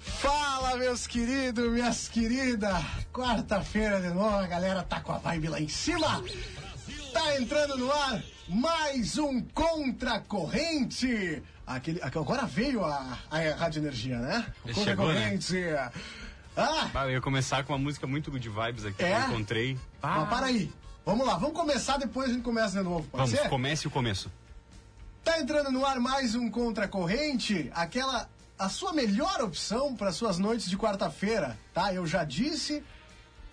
Fala, meus queridos, minhas queridas. Quarta-feira de novo, a galera tá com a vibe lá em cima. Tá entrando no ar mais um Contra Corrente. Aquele, aquele- agora veio a, a Rádio Energia, né? O Contra Chegou, né? Corrente. Ah, Ah, eu ia começar com uma música muito good vibes aqui É? que eu encontrei. Ah, mas para aí. Vamos lá, vamos começar, depois a gente começa de novo, pode Vamos, ser? comece o começo. Tá entrando no ar mais um Contra a Corrente, aquela a sua melhor opção para suas noites de quarta-feira, tá? Eu já disse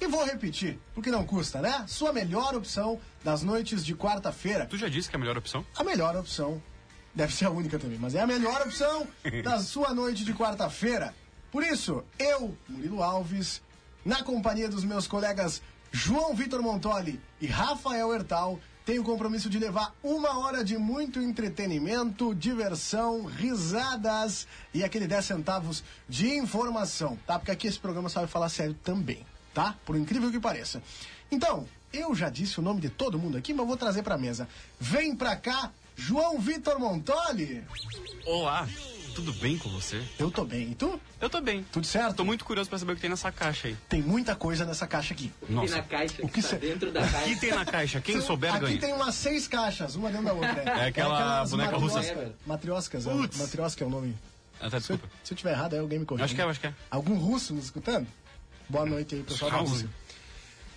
e vou repetir, porque não custa, né? Sua melhor opção das noites de quarta-feira. Tu já disse que é a melhor opção? A melhor opção, deve ser a única também, mas é a melhor opção da sua noite de quarta-feira. Por isso, eu, Murilo Alves, na companhia dos meus colegas João Vitor Montoli e Rafael Hertal, tenho o compromisso de levar uma hora de muito entretenimento, diversão, risadas e aquele 10 centavos de informação, tá? Porque aqui esse programa sabe falar sério também, tá? Por incrível que pareça. Então, eu já disse o nome de todo mundo aqui, mas vou trazer pra mesa. Vem pra cá, João Vitor Montoli. Olá, tudo bem com você? Eu tô bem, e tu? Eu tô bem. Tudo certo? Tô muito curioso pra saber o que tem nessa caixa aí. Tem muita coisa nessa caixa aqui. Tem na Nossa, caixa, O o que que tá está cê- dentro da o que caixa. tem na caixa? Quem souber aqui ganha. tem umas seis caixas, uma dentro da outra. É aquela aquelas boneca russa. matriosca- Matrioscas, é, Putz. matriosca é o nome. Ah, tá, Se eu, desculpa. se eu tiver errado, aí alguém me corrige. né? Acho que é, acho que é. Algum russo nos escutando? Boa noite aí, pessoal da Calma. Rússia.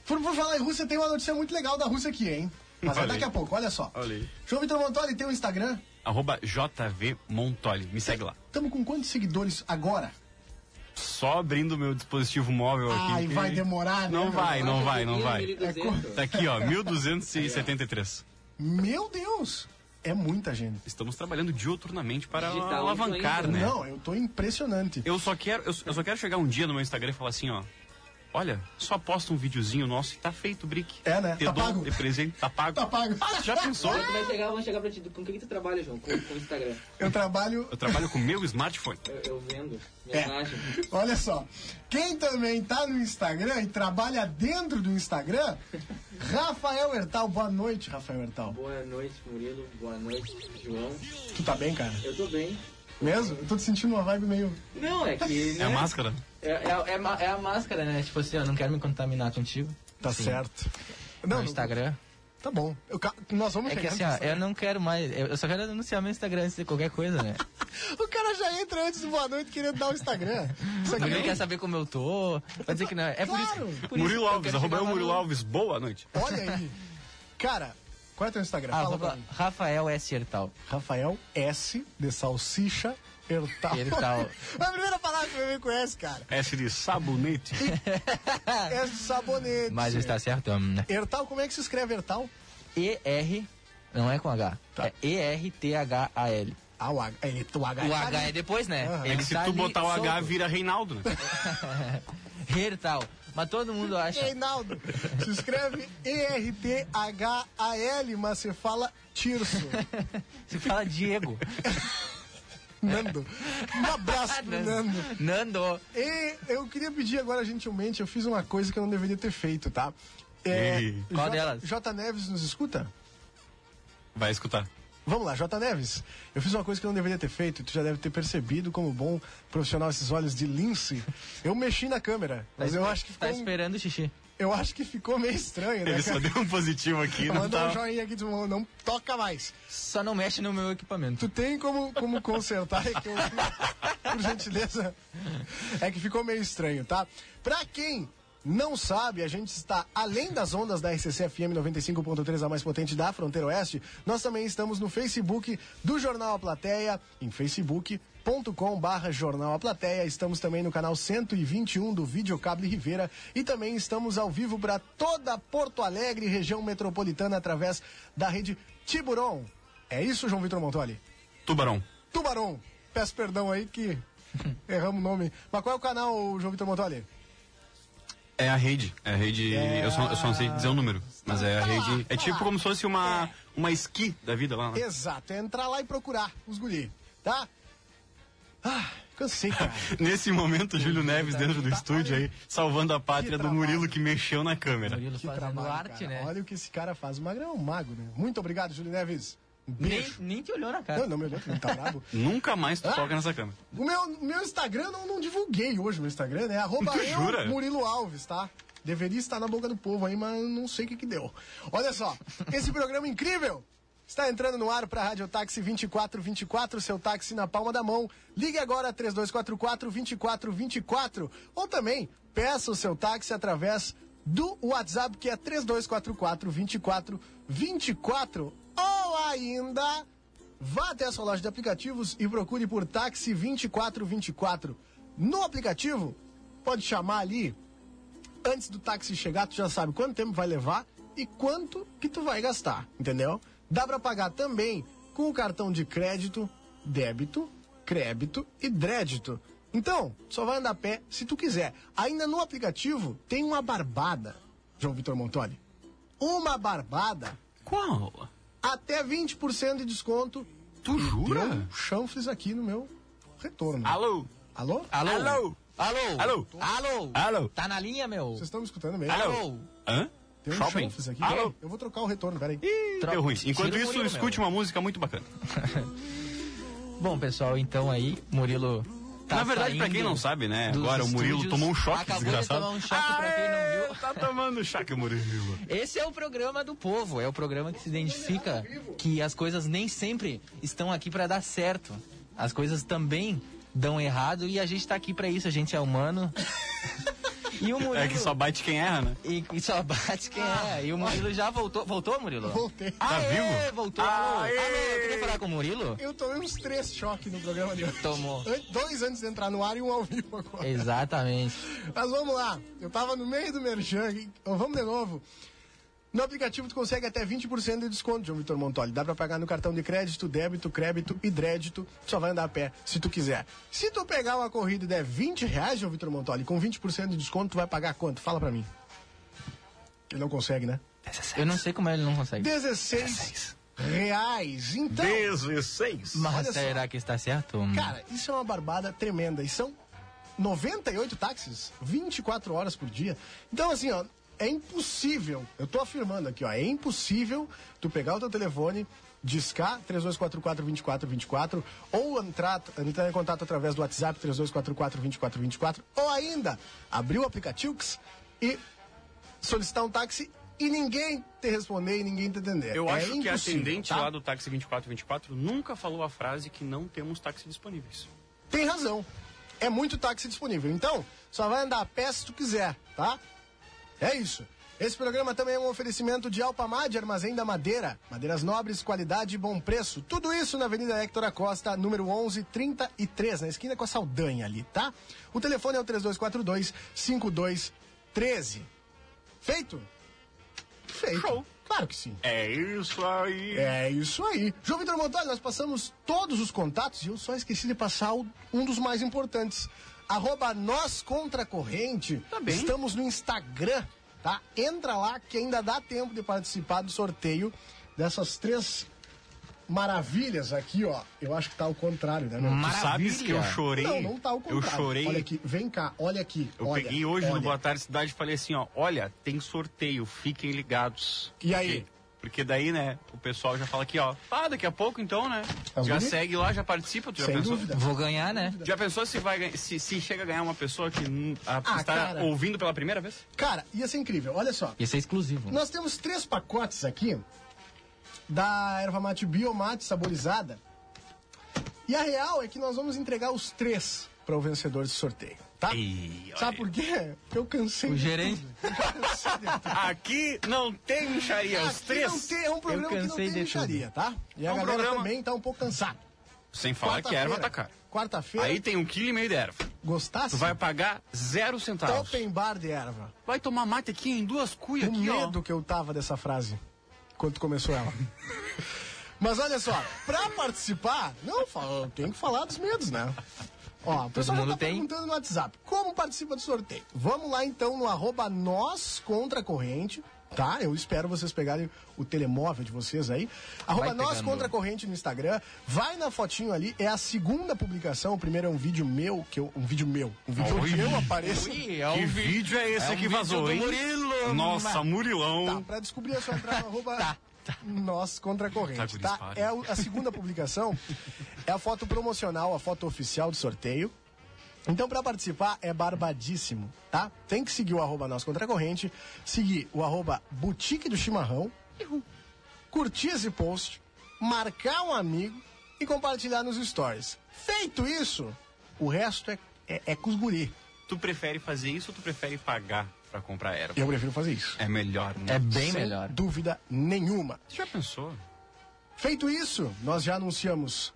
Por, por falar em Rússia, tem uma notícia muito legal da Rússia aqui, hein? Mas é Olha daqui aí. a pouco, olha só. Olha aí. João Vitor Montoli tem um Instagram. Arroba JV Montoli. Me segue lá. Estamos com quantos seguidores agora? Só abrindo meu dispositivo móvel aqui. Ai, que- vai demorar, né? Não meu? vai, não vai, não vai. 1.200. Tá aqui, ó, 1273. Meu Deus! É muita gente. Estamos trabalhando dioturnamente para Digital então, alavancar, influencer. né? Não, eu tô impressionante. Eu só quero, eu, eu só quero chegar um dia no meu Instagram e falar assim, ó. Olha, só posta um videozinho nosso e tá feito o brick. É, né? Te Tá dou pago. de presente, tá pago. Tá pago. Ah, já pensou? Agora tu vai chegar, vão chegar pra ti. Com o que, que tu trabalha, João? Com, com o Instagram. Eu trabalho. Eu trabalho com meu smartphone. Eu, eu vendo. É. Mensagem. Olha só. Quem também tá no Instagram e trabalha dentro do Instagram, Rafael Hertal. Boa noite, Rafael Hertal. Boa noite, Murilo. Boa noite, João. Tu tá bem, cara? Eu tô bem. Mesmo? Eu tô te sentindo uma vibe meio. Não, é que. É a máscara? É, é, é ma- é a máscara, né? Tipo assim, eu não quero me contaminar contigo. Tá Sim. certo. Não, No Instagram. Tá bom. Eu ca- Nós vamos É que chegar assim, no ó, Instagram. eu não quero mais. Eu eu só quero anunciar meu Instagram antes de qualquer coisa, né? O cara já entra antes do boa noite querendo dar o Instagram. Isso aqui Ninguém quer saber como eu tô. Vai dizer que não. É por Claro. isso. Por Murilo isso que eu Alves, quero arroba chegar eu lá Murilo no- Olves. boa noite. Olha aí. Cara, qual é teu Instagram? Fala pra Arroba mim. Rafael S. Hertal. Rafael S. de Salsicha Hertal. Hertal. a primeira palavra que eu conhece, cara. S de sabonete. É sabonete. Ah. Mas está certo, hum, né? Hertal, como é que se escreve Hertal? E-R. Não é com H. Tá. É E-R-T-H-A-L. Ah, o H. é, o H, O tá H ali. é depois, né? Aham. Ele É que se tá tu ali botar o H, solto. vira Reinaldo, né? Hertal. Mas todo mundo acha. Reinaldo. Se escreve E-R-T-H-A-L, mas você fala Tirso. Se fala Diego. Nando. Um abraço pro Nando. Nando. E eu queria pedir agora, gentilmente, eu fiz uma coisa que eu não deveria ter feito, tá? É, Ei. J- Qual delas? J. Neves nos escuta? Vai escutar. Vamos lá, J. Neves. Eu fiz uma coisa que eu não deveria ter feito, tu já deve ter percebido como bom profissional esses olhos de lince. Eu mexi na câmera, mas eu acho que Tá ficou, um- esperando o xixi. eu acho que ficou meio estranho, né, Ele só cara? deu um positivo aqui, não Mandou um tá? joinha aqui, diz, "Não, não toca mais. Só não mexe no meu equipamento. Tu tem como, como consertar é que eu, por gentileza. É que ficou meio estranho, tá? Pra quem não sabe, a gente está além das ondas da RCC FM 95.3, a mais potente da Fronteira Oeste. Nós também estamos no Facebook do Jornal A Plateia, em facebook.com barra Jornal A Plateia. Estamos também no canal 121 do Videocable Rivera e também estamos ao vivo para toda Porto Alegre, região metropolitana, através da rede Tiburon. É isso, João Vitor Montoli? Tubarão. Tubarão. Peço perdão aí que erramos o nome. Mas qual é o canal, João Vitor Montoli? É a rede. É a rede. É. Eu, só, eu só não sei dizer o número. Mas é a rede. É tipo como se fosse É. uma, uma esqui da vida lá. Né? Exato, é entrar lá e procurar os guri, tá? Ah, cansei, cara. Nesse momento, Júlio Neves dentro do tá- estúdio aí, salvando a pátria do trabalho. Murilo que mexeu na câmera. Murilo fazendo arte, cara. né? Olha o que esse cara faz. O Magrão é um mago, né? Muito obrigado, Júlio Neves. Um nem, beijo. nem te olhou na cara. Não, não, meu Deus, ele tá brabo. Nunca mais tu Ah. toca nessa câmera. O meu, meu Instagram, eu não, não divulguei hoje o meu Instagram, né? Arroba Tu eu, jura? Murilo Alves, tá? Deveria estar na boca do povo aí, mas não sei o que que deu. Olha só, esse programa é incrível está entrando no ar para a Rádio Táxi 2424, seu táxi na palma da mão. Ligue agora 3244-2424 ou também peça o seu táxi através do WhatsApp que é 3244-2424 ou ainda... Vá até a sua loja de aplicativos e procure por táxi 2424. No aplicativo, pode chamar ali. Antes do táxi chegar, tu já sabe quanto tempo vai levar e quanto que tu vai gastar, entendeu? Dá pra pagar também com o cartão de crédito, débito, crédito e drédito. Então, só vai andar a pé se tu quiser. Ainda no aplicativo tem uma barbada, João Vitor Montoli. Uma barbada Qual? até 20% de desconto. Tu jura? Deu chanfles aqui no meu retorno. Alô? Alô? Alô? Ah! Alô? Alô? Alô? Alô? Alô? Tá na linha, meu? Vocês estão me escutando mesmo? Alô? Hã? Tem um Shopping? chanfles aqui. Alô? Eu vou trocar o retorno, peraí. Ih, Deu ruim. Enquanto Tira o isso, Murilo, escute meu. uma música muito bacana. Bom, pessoal, então aí, Murilo. tá Na verdade, pra quem saindo não sabe, né? dos Agora o Murilo estúdios. tomou um choque Acabou desgraçado. De tomar um choque pra quem não viu. Aê, Tá tomando choque, Murilo. Esse é o programa do povo, é o programa que se identifica que as coisas nem sempre estão aqui pra dar certo. As coisas também dão errado e a gente tá aqui pra isso, a gente é humano. E o Murilo É que só bate quem erra, né? e, e só bate quem é. E o Murilo já voltou, voltou Murilo? Voltei. Aê, Tá vivo? voltou. Alô, Aê! alô, eu queria falar com o Murilo. Eu tomei uns três choques no programa de hoje. Tomou. An- Dois antes de entrar no ar e um ao vivo agora. Exatamente. Mas vamos lá. Eu tava no meio do merchan. aqui. Então, vamos de novo. No aplicativo tu consegue até 20% de desconto, João Vitor Montoli. Dá pra pagar no cartão de crédito, débito, crédito e drédito. Só vai andar a pé, se tu quiser. Se tu pegar uma corrida e der 20 reais, João Vitor Montoli, com 20% de desconto, tu vai pagar quanto? Fala pra mim. Ele não consegue, né? Eu não sei como ele não consegue. 16 reais. Então, 16. Mas Olha só. será que está certo? cara, isso é uma barbada tremenda. E são 98 táxis, 24 horas por dia. Então, assim, ó, é impossível, eu tô afirmando aqui, ó, é impossível tu pegar o teu telefone, discar 3244-2424, ou entrar, entrar em contato através do WhatsApp 3244-2424, ou ainda abrir o aplicativo e solicitar um táxi e ninguém te responder e ninguém te atender. Eu É acho que a impossível, atendente tá? lá do táxi 2424 nunca falou a frase que não temos táxi disponíveis. Tem razão. É muito táxi disponível. Então, só vai andar a pé se tu quiser, tá? É isso. Esse programa também é um oferecimento de Alpamad, Armazém da Madeira. Madeiras nobres, qualidade e bom preço. Tudo isso na Avenida Héctor Acosta, número 1133, na esquina com a Saldanha ali, tá? O telefone é o 3242-5213. Feito? Feito. Show. Claro que sim. É isso aí. É isso aí. João Vitor Montoli, nós passamos todos os contatos e eu só esqueci de passar o- um dos mais importantes. Arroba nós contra a corrente. Tá bem. Estamos no Instagram, tá? Entra lá que ainda dá tempo de participar do sorteio dessas três maravilhas aqui, ó. Eu acho que tá ao contrário, né? meu? Tu sabes que eu chorei? Não, não tá ao eu contrário. chorei. Olha aqui, vem cá, olha aqui. Eu olha, peguei hoje no olha. Boa Tarde Cidade e falei assim, ó, olha, tem sorteio, fiquem ligados. E aí? Porque- Porque daí, né, o pessoal já fala aqui, ó, ah, daqui a pouco então, né? Tá já bonito? segue lá, já participa, tu já Sem pensou? dúvida. Vou ganhar, né? Já pensou se vai ganhar- se, se chega a ganhar uma pessoa que hum, a- Ah, está cara. ouvindo pela primeira vez? Cara, ia ser incrível, olha só. Ia ser é exclusivo. Nós temos três pacotes aqui da erva mate biomate saborizada. E a real é que nós vamos entregar os três para o vencedor do sorteio, tá? Ih, olha Sabe por quê? Porque eu cansei. O de gerente. tudo. Eu cansei de tudo. Aqui não tem micharia, os Aqui três. não tem- é um programa que não cansei tem de tudo. mixaria, tá? E a É um galera programa- também tá um pouco cansada. Sem falar que a erva tá cara. Quarta-feira, Aí tem um quilo e meio de erva. gostasse? Tu vai pagar zero centavos. Então Open bar de erva. Vai tomar mate aqui em duas cuias O aqui, ó. medo que eu tava dessa frase quando começou ela. Mas olha só, pra participar, não, fa- eu tenho que falar dos medos, né? Ó, o pessoal já mundo tá tem. perguntando no WhatsApp, como participa do sorteio? Vamos lá então no arroba nós contra a corrente, tá? Eu espero vocês pegarem o telemóvel de vocês aí. Arroba nós pegando. contra a corrente no Instagram. Vai na fotinho ali, é a segunda publicação. O primeiro é um vídeo meu, que eu, um vídeo meu, um vídeo Oi. onde eu apareço. Ui, é um Que vi- vídeo é esse É um que vazou, vídeo do hein? Murilo. Nossa, Tá, Murilão. pra descobrir é só entrar no arroba nós contra a Tá, corrente, guris, tá? parem. É o- a segunda publicação, é a foto promocional, a foto oficial do sorteio. Então, pra participar, é barbadíssimo, tá? Tem que seguir o arroba nós contra a corrente, seguir o arroba boutique do chimarrão, curtir esse post, marcar um amigo e compartilhar nos stories. Feito isso, o resto é, é, é com os guri. Tu prefere fazer isso ou tu prefere pagar pra comprar erva? Eu prefiro fazer isso. É melhor, né? É bem Sem melhor. dúvida nenhuma. Você já pensou? Feito isso, nós já anunciamos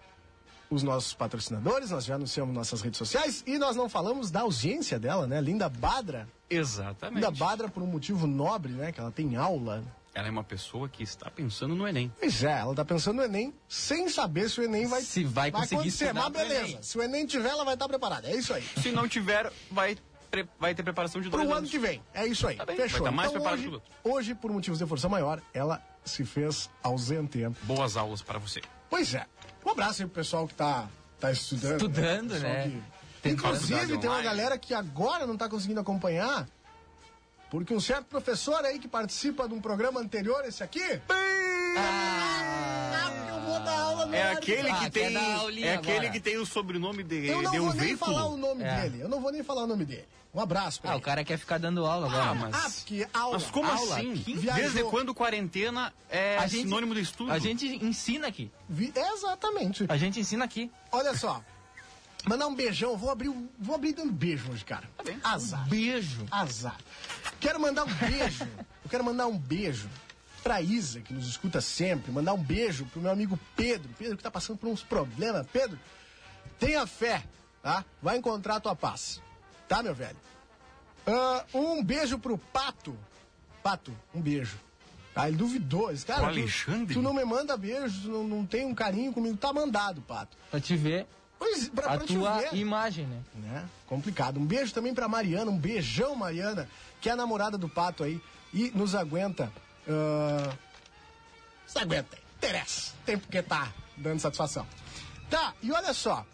os nossos patrocinadores, nós já anunciamos nossas redes sociais e nós não falamos da audiência dela, né? Linda Badra. Exatamente. Linda Badra por um motivo nobre, né? Que ela tem aula. Ela é uma pessoa que está pensando no Enem. Pois é, ela tá pensando no Enem sem saber se o Enem vai... Se vai conseguir acontecer, estudar mas pro beleza. Enem. Se o Enem tiver, ela vai estar preparada. É isso aí. Se não tiver, vai, pre- vai ter preparação de dois Pro ano anos. que vem. É isso aí. Tá bem, Fechou. vai tá mais então, preparado hoje, que o outro. hoje, por motivos de força maior, ela se fez ausente. Boas aulas para você. Pois é. Um abraço aí pro pessoal que tá, tá estudando. Estudando, Pessoal né? que- Tem Inclusive, faculdade tem uma online. galera que agora não tá conseguindo acompanhar, porque um certo professor aí que participa de um programa anterior, esse aqui. Ah, porque eu vou dar aula no É horário aquele que- Ah, que quer tem. dar aulinha É aquele agora. que tem o sobrenome de, Eu não de um vou nem veículo. falar o nome É. dele. Eu não vou nem falar o nome dele. Um abraço pra Ah, o ele. cara é quer ficar dando aula agora. Ah, mas- Ah, porque aula. Mas como Aula, assim? quem viajou? Desde quando quarentena é A gente- sinônimo de estudo? A gente ensina aqui. Vi- Exatamente. A gente ensina aqui. Olha só. Mandar um beijão. Vou abrir, o- vou abrir dando beijo hoje, cara. Azar. Beijo. Azar. Quero mandar um beijo. Eu quero mandar um beijo pra Isa, que nos escuta sempre. Mandar um beijo pro meu amigo Pedro. Pedro que tá passando por uns problemas. Pedro, tenha fé, tá? Vai encontrar a tua paz. Tá, meu velho? Ah, um beijo pro Pato. Pato, um beijo. Ah, ele duvidou. Esse cara, O tu- Alexandre? Tu, não me manda beijo, tu não, não tem um carinho comigo. Tá mandado, Pato. Pra te ver Pois, pra, a pra te tua ver imagem, né? né? Complicado. Um beijo também pra Mariana, um beijão, Mariana, que é a namorada do Pato aí e nos aguenta. ah, Se aguenta, aí. interessa. Tem porque tá dando satisfação. Tá, e olha só.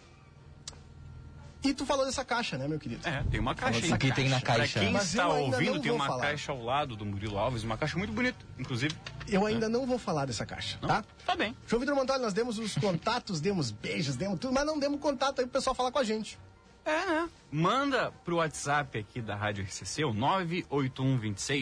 E tu falou dessa caixa, né, meu querido? É, tem uma caixa Isso aí. aqui tem na Pra caixa. quem Mas está eu ainda ouvindo, não tem vou uma falar. caixa ao lado do Murilo Alves, uma caixa muito bonita, inclusive. Eu ainda não vou falar dessa caixa, tá? Tá bem. João Vitor Montoli, nós demos os contatos, demos beijos, demos tudo, mas não demos contato aí pro pessoal falar com a gente. É, né? Manda pro WhatsApp aqui da Rádio RCC, o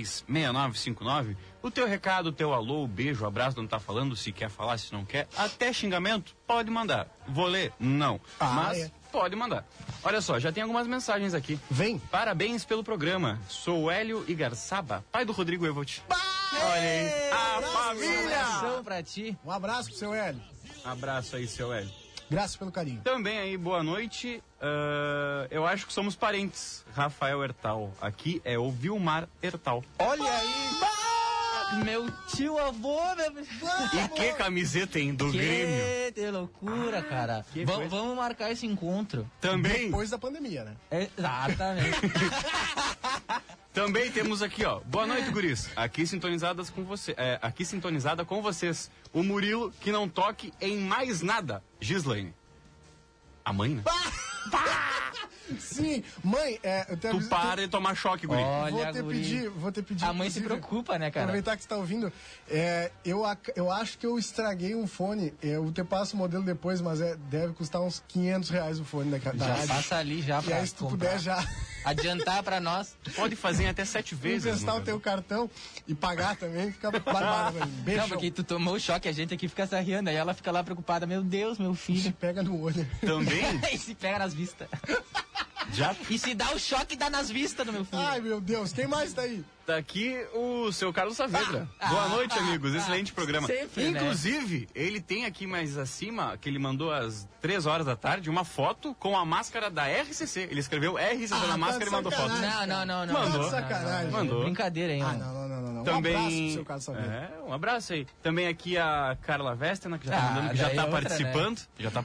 981266959, o teu recado, o teu alô, o beijo, o abraço, não tá falando, se quer falar, se não quer, até xingamento, pode mandar. Vou ler? Não. Ah, Mas é. pode mandar. Olha só, já tem algumas mensagens aqui. Vem. Parabéns pelo programa. Sou o Hélio Igarçaba, pai do Rodrigo Evot. Olha aí. A família! Coração Um pra ti. Um abraço pro seu Hélio. Abraço aí, seu Hélio. Graças pelo carinho. Também aí, boa noite. Ah, eu acho que somos parentes. Rafael Hertal. Aqui é o Vilmar Hertal. Olha aí. Meu tio avô, meu... E que camiseta, hein? Do Grêmio. Que de loucura, cara. que Va- coisa. Vamos marcar esse encontro. Também, Depois da pandemia, né? Exatamente. também temos aqui, ó. Boa noite, guris. Aqui sintonizadas com você. é, aqui sintonizada com vocês. O Murilo que não toque em mais nada. Gislaine. A mãe, né? Sim, mãe, é, eu tenho Tu para de tomar choque, guri. Olha, vou ter guri. pedir, vou ter pedir. A mãe se inclusive, preocupa, né, cara? Aproveitar que você tá ouvindo, é, eu, ac- eu acho que eu estraguei um fone. Eu te passo o modelo depois, mas é, deve custar uns 500 reais o fone da, ca- da Já rádio. passa ali já Tá. E pra aí, se tu comprar. puder já adiantar pra nós. Pode fazer em até sete vezes. emprestar o Murilo. teu cartão e pagar também, fica barbado. velho. Beijo. Não, porque tu tomou o choque, a gente aqui fica se arriando. Aí ela fica lá preocupada, meu Deus, meu Se filho. pega no olho. Também? e se pega nas vistas. Já E se dá o choque, dá nas vistas do meu filho. Ai, meu Deus, quem mais tá aí? Tá aqui o seu Carlos Saavedra. Ah, Boa noite, amigos. Excelente programa. Sempre, né? Inclusive, ele tem aqui mais acima, que ele mandou às 3 horas da tarde, uma foto com a máscara da RCC. Ele escreveu RCC Ah, na tá máscara de e mandou foto. sacanagem. Não, não, não, não. Mandou. Não, não, não, não. Tá Sacanagem. Mandou. Brincadeira, hein, Ah, mano. não, não, não, não. não. Também... abraço pro seu Carlos Saavedra. É, um abraço aí. Também aqui a Carla Vestena, que já tá, Ah, mandando, que já daí tá outra, participando. Já tá é né? O pessoal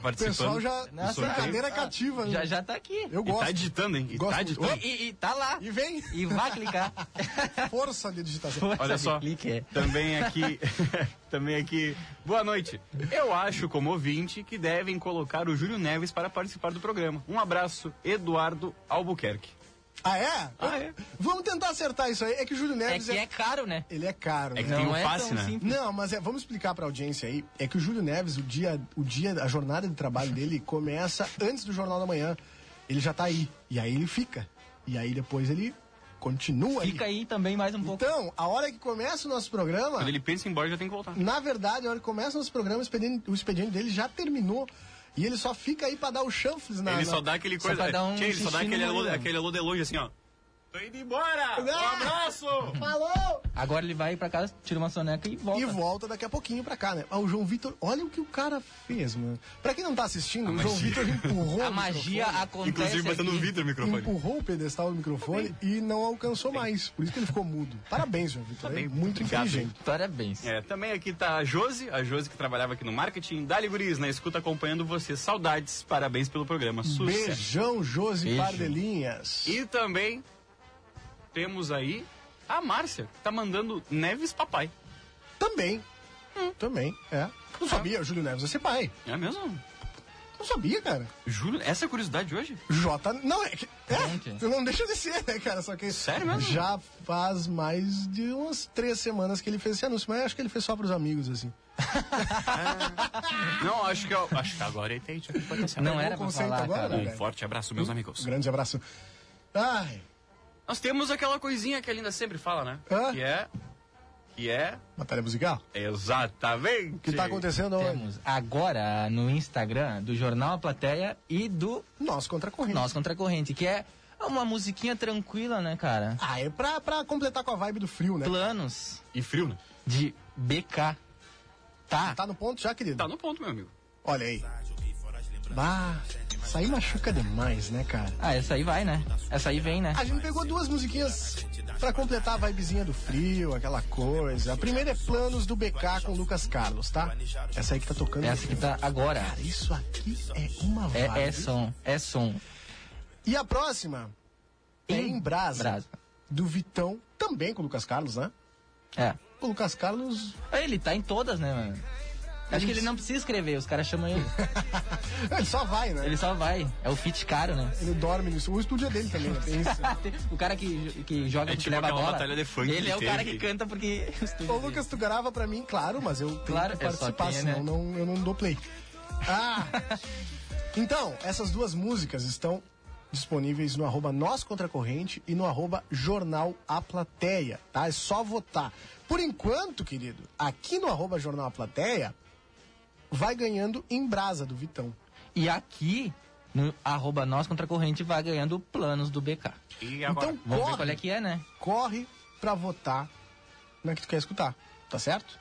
participando. já. Nossa, Nossa, cadeira cativa. Já, né? já tá aqui. Eu E gosto. tá editando, hein? E Gosto tá muito. editando. E, e- e tá lá. E vem E vai clicar. força de digitação. Olha só. Clique é. Também aqui. também aqui. Boa noite. Eu acho, como ouvinte, que devem colocar o Júlio Neves para participar do programa. Um abraço, Eduardo Albuquerque. Ah, é? Ah, é. Vamos tentar acertar isso aí. É que o Júlio É Neves que é caro, né? Ele é caro, É que né? tem Não o é passe, tão né? simples. Não, mas é- vamos explicar pra audiência aí. É que o Júlio Neves, o dia, o dia, a jornada de trabalho dele começa antes do Jornal da Manhã. Ele já tá aí. E aí ele fica. E aí depois ele continua Fica aí também mais um pouco. Então, a hora que começa o nosso programa, Quando ele pensa em embora, já tem que voltar. na verdade, a hora que começa o nosso programa, o expediente, o expediente dele já terminou. E ele só fica aí pra dar o chanfles na. ele na- só dá aquele Só coisa. pra dar um Tchê, ele só dá xixi no aquele alô, Murilo. aquele alô de longe assim, ó. Tô indo embora! Um Ah! abraço! Falou! Agora ele vai pra casa, tira uma soneca e volta. Então- E volta daqui a pouquinho pra cá, né? Ah, o João Vitor, olha o que o cara fez, mano. Pra quem não tá assistindo, o João Vitor empurrou. A o magia microfone. acontece Inclusive batendo um aqui. o vidro no microfone. empurrou o pedestal do microfone e não alcançou mais. Por isso que ele ficou mudo. Parabéns, João Vitor. É bem. muito Obrigado, inteligente. Parabéns. É, também aqui tá a Josi, a Josi que trabalhava aqui no marketing. Dali Guriz, na escuta acompanhando você. Saudades, parabéns pelo programa. Sucesso. Beijão, Josi Beijo. Pardelinhas. E também temos aí a Márcia, que tá mandando Neves Papai. Também. Hum. Também, é. Ah. Não sabia, o Júlio Neves vai ser pai. É mesmo? Não sabia, cara. Juro, essa é a curiosidade hoje? Jota. Não, é que. É, Gente. tu não deixa de ser, né, cara? Só que. Sério mesmo? Já faz mais de umas três semanas que ele fez esse anúncio, mas acho que ele fez só pros amigos, assim. Não, acho que, eu, acho que agora ele tem tipo, potencial. Não Pegou era o pra conceito falar, agora, cara. né? Um forte abraço, meus amigos. Grande abraço. Ai, Nós temos aquela coisinha que a Linda sempre fala, né? Hã? Que é. Que é. batalha musical. Exatamente. O que tá acontecendo hoje? Temos agora no Instagram do Jornal A Plateia e do Nós contra a corrente. Nós Contra a Corrente, que é uma musiquinha tranquila, né, cara? Ah, é pra, pra completar com a vibe do frio, né? Planos E frio, né? de BK. Tá? Tá no ponto já, querido? Tá no ponto, meu amigo. Olha aí. Bah, isso aí machuca demais, né, cara? Ah, essa aí vai, né? Essa aí vem, né? A gente pegou duas musiquinhas pra completar a vibezinha do frio, aquela coisa. A primeira é Planos do BK com Lucas Carlos, tá? Essa aí que tá tocando. Essa que tá agora. Cara, isso aqui é uma vibe. É, é som, é som. E a próxima é Em Brasa, Brasa. do Vitão, também com o Lucas Carlos, né? É. O Lucas Carlos, Ele tá em todas, né, mano? Acho que ele não precisa escrever, os caras chamam ele. ele só vai, né? Ele só vai. É o fit caro, né? Ele dorme nisso. O estúdio é dele também, né? Tem isso. o cara que, que joga É porque tipo leva a aquela bola. batalha de funk ele que é o cara teve. que canta porque. o estúdio Ô, dele. Lucas, tu grava pra mim? Claro, mas eu tenho Claro, que é só participar, tem, né? senão não, eu não dou play. Ah! então, essas duas músicas estão disponíveis no arroba Nós Contra a Corrente e no arroba Jornal A Plateia, tá? É só votar. Por enquanto, querido, aqui no arroba Jornal A Plateia, vai ganhando em brasa do Vitão. E aqui, no arroba nós contra a corrente, vai ganhando planos do BK. E agora? Então, Vamos corre, ver qual é que é, né? corre pra votar na que tu quer escutar, tá certo?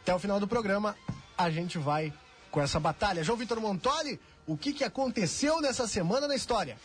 Até o final do programa, a gente vai com essa batalha. João Vitor Montoli, o que, que aconteceu nessa semana na história?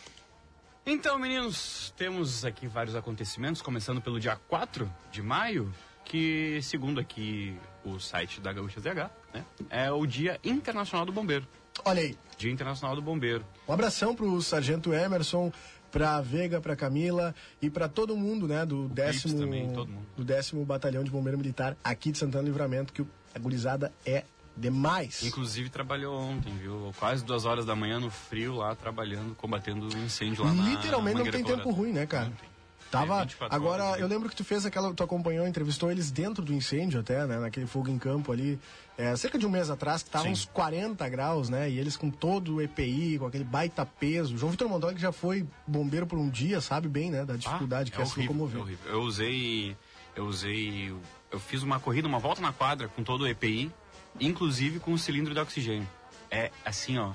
Então, meninos, temos aqui vários acontecimentos, começando pelo dia 4 de maio, que, segundo aqui o site da Gaúcha ZH, né, é o Dia Internacional do Bombeiro. Olha aí, Dia Internacional do Bombeiro. um abração pro Sargento Emerson, pra Veiga, pra Camila e pra todo mundo, né, do Pips décimo, também, todo mundo. do décimo Batalhão de Bombeiro Militar aqui de Santana do Livramento, que a gurizada é demais. Inclusive, trabalhou ontem, viu? Quase duas horas da manhã no frio lá, trabalhando, combatendo o incêndio lá na Literalmente não Mangueira tem Colorada. tempo ruim, né, cara? Uhum. Não tem. É, Tava. 24 Agora, horas, né? eu lembro que tu fez aquela. Tu acompanhou, entrevistou eles dentro do incêndio até, né? Naquele fogo em campo ali. é, cerca de um mês atrás, que tava Sim. uns 40 graus, né? E eles com todo o EPI, com aquele baita peso. João Vitor Mondoli, que já foi bombeiro por um dia, sabe bem, né? Da dificuldade Ah, que é, se horrível, locomover. é horrível. Eu usei. Eu usei. Eu fiz uma corrida, uma volta na quadra com todo o EPI, inclusive com o cilindro de oxigênio. É assim, ó.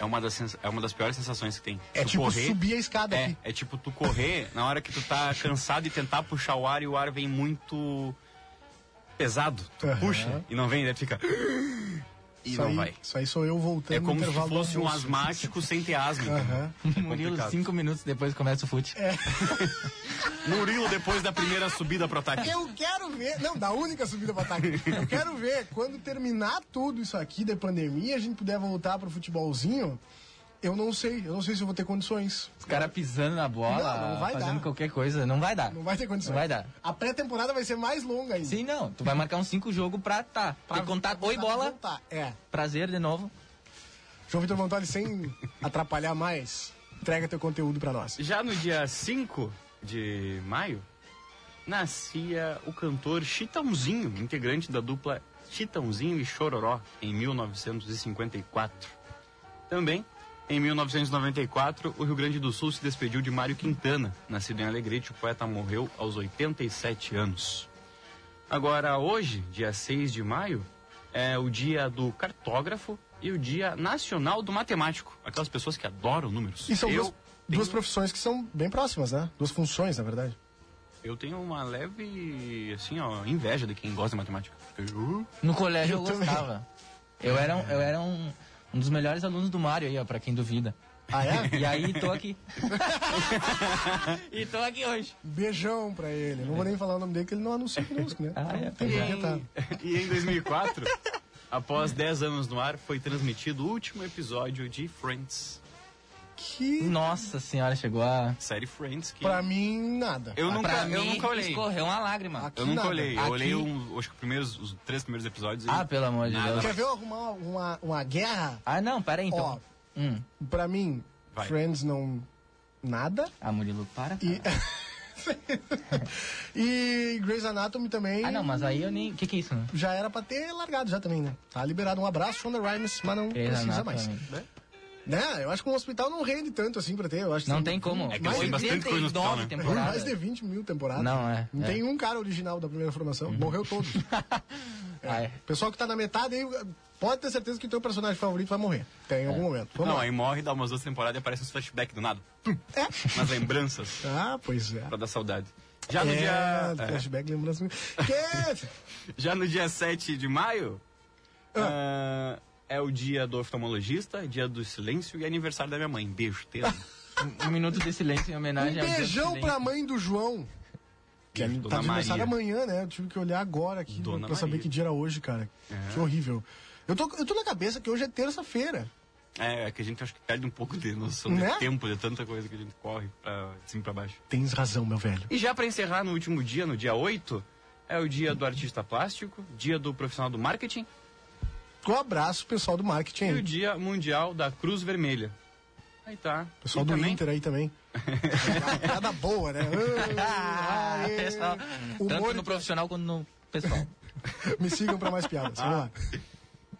É uma das, sensa- é uma das piores sensações que tem. É Tu tipo correr, subir a escada é, aqui. é tipo tu correr na hora que tu tá cansado e tentar puxar o ar e o ar vem muito pesado. Tu Aham. puxa e não vem, daí tu fica. E isso não aí, vai. Isso aí sou eu voltando É como no se intervalo do fosse um almoço. asmático sem ter asma. Aham. entendeu? É Murilo, complicado. cinco minutos depois começa o É, fute. Murilo, depois da primeira subida pro ataque. Eu quero ver. Não, da única subida para ataque. Eu quero ver quando terminar tudo isso aqui da pandemia, a gente puder voltar pro futebolzinho. Eu não sei, eu não sei se eu vou ter condições. Os caras pisando na bola, Não, não vai fazendo dar. qualquer coisa. Não vai dar. Não vai ter condições. Não vai dar. A pré-temporada vai ser mais longa ainda. Sim, não. Tu vai marcar uns cinco jogos pra tá. Tem que contar. Pra Oi, voltar- bola. voltar. É. Prazer de novo. João Vitor Montoli, sem atrapalhar mais, entrega teu conteúdo pra nós. Já no dia 5 de maio, nascia o cantor Chitãozinho, integrante da dupla Chitãozinho e Chororó, em 1954. Também, em 1994, o Rio Grande do Sul se despediu de Mário Quintana. Nascido em Alegrete, o poeta morreu aos 87 anos. Agora, hoje, dia 6 de maio, é o dia do cartógrafo e o dia nacional do matemático. Aquelas pessoas que adoram números. E são Eu duas, duas tenho- profissões que são bem próximas, né? Duas funções, na verdade. Eu tenho uma leve, assim, ó, inveja de quem gosta de matemática. Eu- No colégio eu, Eu também. gostava. Eu era, um, eu era um, um dos melhores alunos do Mário aí, ó, pra quem duvida. Ah, é? E aí, tô aqui. e tô aqui hoje. Beijão pra ele. Não vou nem falar o nome dele, que ele não anuncia conosco, né? Ah, é. Tem que adiantar. E em 2004, após 10 anos no ar, foi transmitido o último episódio de Friends. Que, Nossa senhora, chegou a. Série Friends que... pra mim, nada. eu, pra nunca, eu mim, nunca olhei. escorreu uma lágrima. Aqui Eu nunca nada. olhei. Eu Aqui- olhei um, acho que os, primeiros, os três primeiros episódios. e- Ah, pelo amor de Nada. Deus. Quer ver eu arrumar uma, uma guerra? Ah, não, pera aí, Ó, então. Hum. pra mim, Vai. Friends não... Nada. Ah, Murilo, para. E... e Grey's Anatomy também... Ah, não, mas aí eu nem. O que, que é isso, né? já era pra ter largado já também, né? Tá liberado. Um abraço, Shonda Rhimes, mas não Grey's precisa Anatomy. mais. Né? Eu acho que um hospital não rende tanto assim pra ter. Eu acho que Não tem como. É que Mais tem de bastante coisa no hospital, né? temporadas. Mais de 20 mil temporadas. Não, é, Não é. Uhum. tem um cara original da primeira formação. Morreu todos. Ah, é. O pessoal que tá na metade aí, pode ter certeza que o teu personagem favorito vai morrer. Tem em É. algum momento. Vamos Não, é lá. É? aí morre, dá umas duas temporadas e aparece uns flashbacks do nada. Tum! Umas lembranças Ah, pois é. pra dar saudade. Já no é, dia... tá é. Flashback, lembrança. um Que... Já no dia 7 de maio, ah, é o dia do oftalmologista, dia do silêncio e aniversário da minha mãe. Beijo, Taylor. Um minuto de silêncio em Um homenagem ao Deus beijão do pra silêncio. mãe do João. Que é, Dona tá de aniversário Maria. amanhã, né? Eu tive que olhar agora aqui Dona pra saber Maria. É. que dia era hoje, cara. Que horrível. Eu tô, eu tô na cabeça que hoje é terça-feira. É, é que a gente acho que perde um pouco de noção Né? de tempo, de tanta coisa que a gente corre pra, de cima pra baixo. Tens razão, meu velho. E já pra encerrar, no último dia, no dia 8, é o dia do artista plástico, dia do profissional do marketing Um abraço, pessoal do marketing. e o aí. dia mundial da Cruz Vermelha. Aí tá. Pessoal E do também- Inter aí também. Nada boa, né? Ah, Ah, aê. pessoal. Humor Tanto no profissional quanto no pessoal. Me sigam pra mais piadas. Vamos lá. Ah.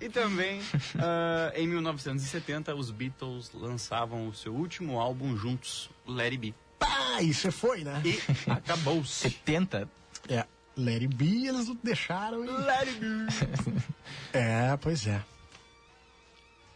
E também, ah, em 1970, os Beatles lançavam o seu último álbum juntos, o Let It Be. Pá, isso foi, né? E acabou-se. 70? É. Larry B, eles deixaram. E... É, pois é.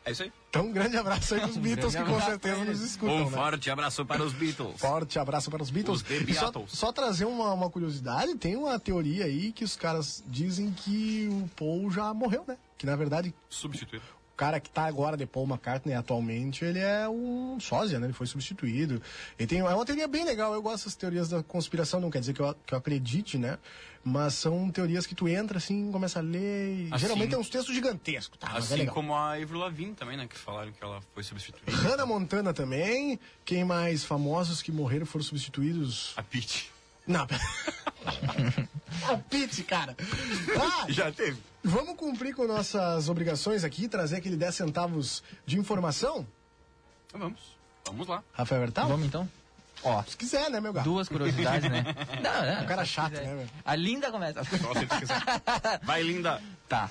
É isso aí. Um Então, um grande abraço aí pros Beatles, que com abraço certeza pra nos eles. escutam. né? forte abraço para os Beatles. Forte abraço para os Beatles. Os The E só, Beatles. só trazer uma, uma curiosidade, tem uma teoria aí que os caras dizem que o Paul já morreu, né? Que na verdade Substituído. o cara que tá agora de Paul McCartney atualmente, ele é um sósia, né? Ele foi substituído. Ele tem, é uma teoria bem legal, eu gosto dessas teorias da conspiração, não quer dizer que eu, que eu acredite, né? Mas são teorias que tu entra assim, começa a ler. e Assim- Geralmente é uns textos gigantescos, tá? Mas é Assim legal. como a Avril Lavigne também, né? Que falaram que ela foi substituída. Hannah Montana também. Quem mais famosos que morreram foram substituídos? A Pete. Não. pera- A Pete, cara. Ah, Já teve. vamos cumprir com nossas obrigações aqui, trazer aquele 10 centavos de informação, Então vamos. Vamos lá. Rafael Bertal? Vamos então? Ó, Se quiser, né, meu gato? duas curiosidades, né? Não, né? O cara é chato, quiser. né, velho? A linda começa. Só se tu quiser. Vai, linda. Tá.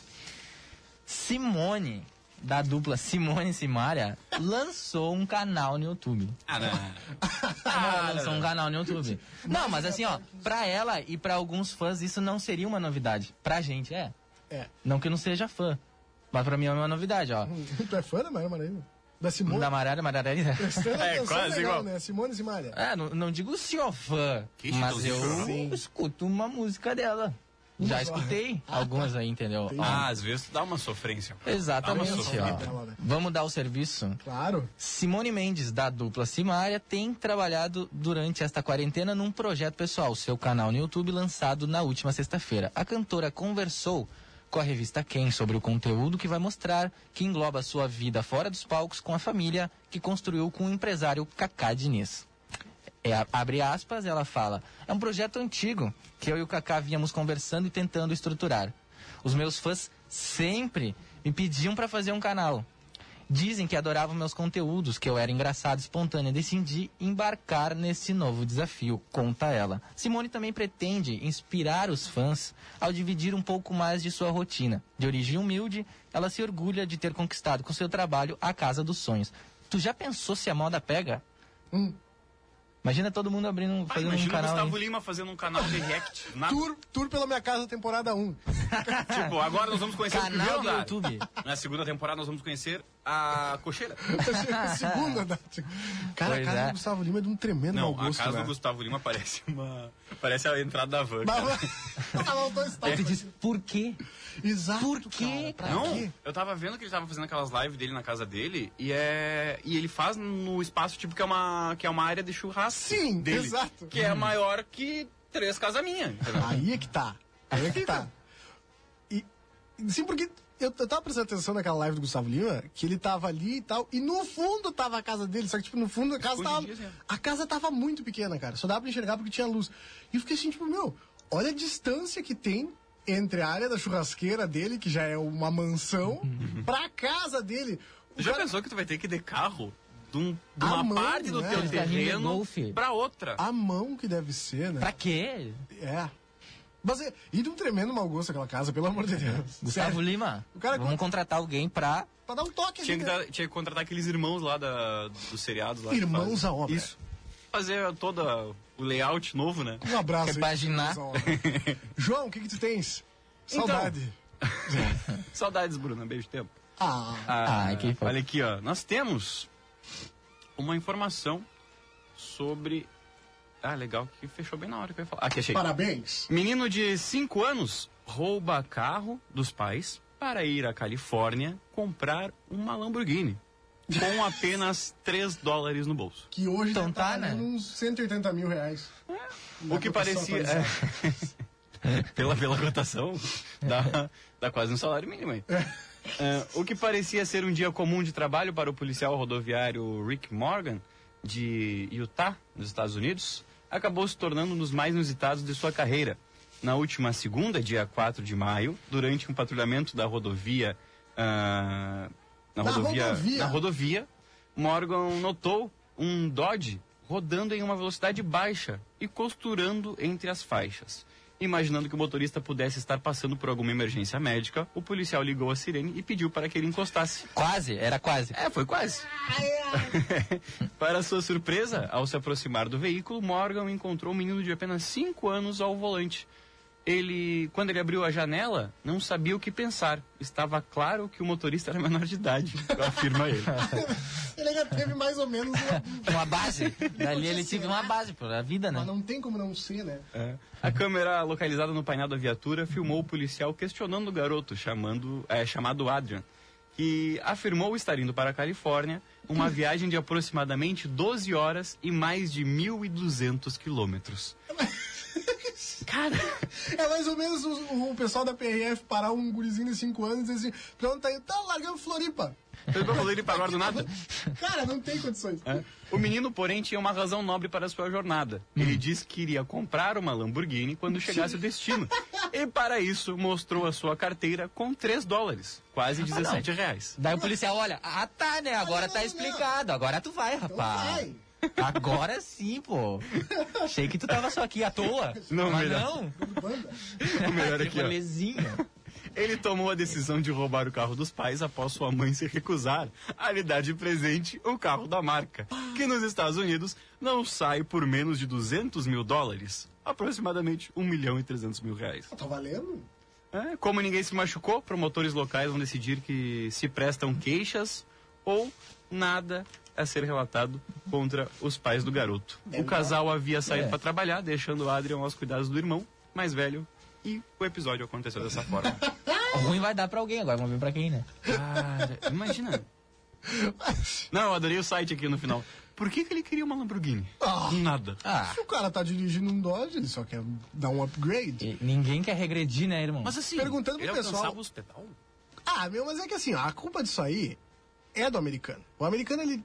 Simone, da dupla Simone e Simaria, lançou um canal no YouTube. Ah, não. Ah, não, lançou um canal no YouTube. Não, mas assim, ó, pra ela e pra alguns fãs isso não seria uma novidade. Pra gente, é. É. Não que eu não seja fã. Mas pra mim é uma novidade, ó. Tu é fã da Mara Maraíza? Da Simone? Da Marara, Marara. Prestando É, atenção, quase legal, igual. né? Simone Simaria. É, não, não digo senhor fã, Que mas Chitãozinho eu Chororó? escuto uma música dela. Já escutei algumas aí, entendeu? Ah, às vezes tu dá uma sofrência. pô. Exatamente, Dá uma ó. sofrida. Vamos dar o serviço. Claro. Simone Mendes, da dupla Simária, tem trabalhado durante esta quarentena num projeto pessoal, seu canal no YouTube, lançado na última sexta-feira. A cantora conversou com a revista Quem sobre o conteúdo que vai mostrar que engloba sua vida fora dos palcos com a família que construiu com o empresário Cacá Diniz. É, a- abre aspas, ela fala: É um projeto antigo que eu e o Kaká vínhamos conversando e tentando estruturar. Os meus fãs sempre me pediam para fazer um canal. Dizem que adoravam meus conteúdos, que eu era engraçado, espontânea. Decidi embarcar nesse novo desafio, conta ela. Simone também pretende inspirar os fãs ao dividir um pouco mais de sua rotina. De origem humilde, ela se orgulha de ter conquistado com seu trabalho a casa dos sonhos. Tu já pensou se a moda pega? Um Imagina todo mundo abrindo, um- Ah, fazendo um imagina o canal. Gustavo aí. Lima fazendo um canal de react. Na... Tour, tour pela minha casa, temporada 1. Tipo, Ah. agora nós vamos conhecer o Canal primeiro do andar. YouTube. Na segunda temporada nós vamos conhecer a cocheira. Segunda da... Cara, a Pois casa é. do Gustavo Lima é de um tremendo Não, mau gosto, a casa né? do Gustavo Lima parece uma... Parece a entrada da van. cara. Mas... Não, tô Aí tu estável. diz, por quê? É. Exato, Por quê, cara, pra Não, quê? eu tava vendo que ele tava fazendo aquelas lives dele na casa dele e é e ele faz no espaço tipo que é uma que é uma área de churrasco Sim, dele, exato. Hum. que é maior que três casas minhas. entendeu? Aí é que tá. Aí é que tá. E, sim, porque eu, eu tava prestando atenção naquela live do Gustavo Lima, que ele tava ali e tal, e no fundo tava a casa dele, só que, tipo, no fundo a casa Hoje em tava... dia, sim. A casa tava muito pequena, cara. Só dava pra enxergar porque tinha luz. E eu fiquei assim, tipo, meu, olha a distância que tem entre a área da churrasqueira dele, que já é uma mansão, pra casa dele. O Tu já cara- pensou que tu vai ter que ir de carro de, um- de A uma mão, parte do né? teu Ele tá rindo de terreno golfe. pra outra? A mão que deve ser, né? Pra quê? É. Mas é, e de um tremendo mau gosto aquela casa, pelo amor de Deus. Gustavo Sério. Lima, O cara vamos conta- contratar alguém pra Pra dar um toque Tinha ali, que, né? dar- tinha que contratar aqueles irmãos lá da, do seriado lá. que Irmãos fazem. à obra. Isso. Fazer todo o layout novo, né? Um abraço. aí, Repaginar. João. João, o que que tu tens? Saudade. Saudades, Bruna. Beijo, tempo. Ah, Ah, que fofo. Olha aqui, ó. Nós temos uma informação sobre. Ah, legal, que fechou bem na hora que eu ia falar. Aqui, achei. parabéns. Menino de 5 anos rouba carro dos pais para ir à Califórnia comprar uma Lamborghini. Com apenas 3 dólares no bolso. Que hoje Então deve tá, tá valendo né? uns 180 mil reais. O que Dá tá pra parecia. pessoa atualizar. é, pela, pela cotação, dá, dá quase um salário mínimo aí. É, o que parecia ser um dia comum de trabalho para o policial rodoviário Rick Morgan, de Utah, nos Estados Unidos, acabou se tornando um dos mais inusitados de sua carreira. Na última segunda, dia 4 de maio, durante um patrulhamento da rodovia. ah, na, Na rodovia, rodovia. Na rodovia, Morgan notou um Dodge rodando em uma velocidade baixa e costurando entre as faixas. Imaginando que o motorista pudesse estar passando por alguma emergência médica, o policial ligou a sirene e pediu para que ele encostasse. Quase, era quase. É, foi quase. para sua surpresa, ao se aproximar do veículo, Morgan encontrou um menino de apenas 5 anos ao volante. Ele, quando ele abriu a janela, não sabia o que pensar. Estava claro que o motorista era menor de idade, afirma ele. Ele ainda teve mais ou menos uma... Uma base. Dali ele tive uma base, pô, a vida, né? Mas não tem como não ser, né? É. A câmera localizada no painel da viatura filmou o policial questionando o garoto, chamando, é, chamado Adrian, que afirmou estar indo para a Califórnia, uma viagem de aproximadamente 12 horas e mais de 1.200 quilômetros. Cara, É mais ou menos o, o pessoal da PRF parar um gurizinho de 5 anos e dizer assim, pra onde tá indo? Tá largando Floripa. eu não falei ele para agora do nada. Cara, não tem condições. É. O menino, porém, tinha uma razão nobre para sua jornada. Ele disse que iria comprar uma Lamborghini quando chegasse o destino. E para isso, mostrou a sua carteira com 3 dólares, quase 17 reais. Daí o policial olha, ah tá, né? Agora tá explicado, agora tu vai, rapaz. vai. Agora sim, pô. Achei que tu tava só aqui à toa. Não, mas melhor. não. Banda. O melhor aqui, Que ó. molezinho. Ele tomou a decisão de roubar o carro dos pais após sua mãe se recusar a lhe dar de presente o carro da marca, que nos Estados Unidos não sai por menos de 200 mil dólares, aproximadamente 1 milhão e 300 mil reais. Tá valendo? É, como ninguém se machucou, promotores locais vão decidir que se prestam queixas ou nada a ser relatado contra os pais do garoto. O casal havia saído É. para trabalhar, deixando Adrian aos cuidados do irmão mais velho, e o episódio aconteceu dessa forma. O ruim vai dar pra alguém agora, vamos ver pra quem, né? Cara, imagina. Não, eu adorei o site aqui no final. Por que, que ele queria uma Lamborghini? Nada. Ah, Se o cara tá dirigindo um Dodge, ele só quer dar um upgrade. e ninguém quer regredir, né, irmão? Mas assim, Perguntando pro ele pessoal- alcançava os pedal? Ah, meu, mas é que assim, ó, a culpa disso aí é do americano. O americano, ele.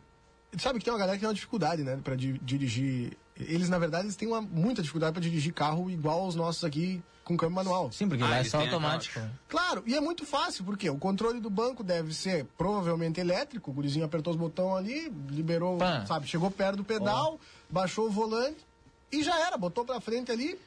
Sabe que tem uma galera que tem uma dificuldade, né, pra di- dirigir. Eles, na verdade, eles têm uma, muita dificuldade pra dirigir carro igual aos nossos aqui com câmbio manual. Sim, porque Ah, lá é eles só têm aquela- automático. Claro, e é muito fácil, porque o controle do banco deve ser provavelmente elétrico. O gurizinho apertou os botões ali, liberou, Pã. sabe, chegou perto do pedal, baixou o volante e já era. Botou pra frente ali,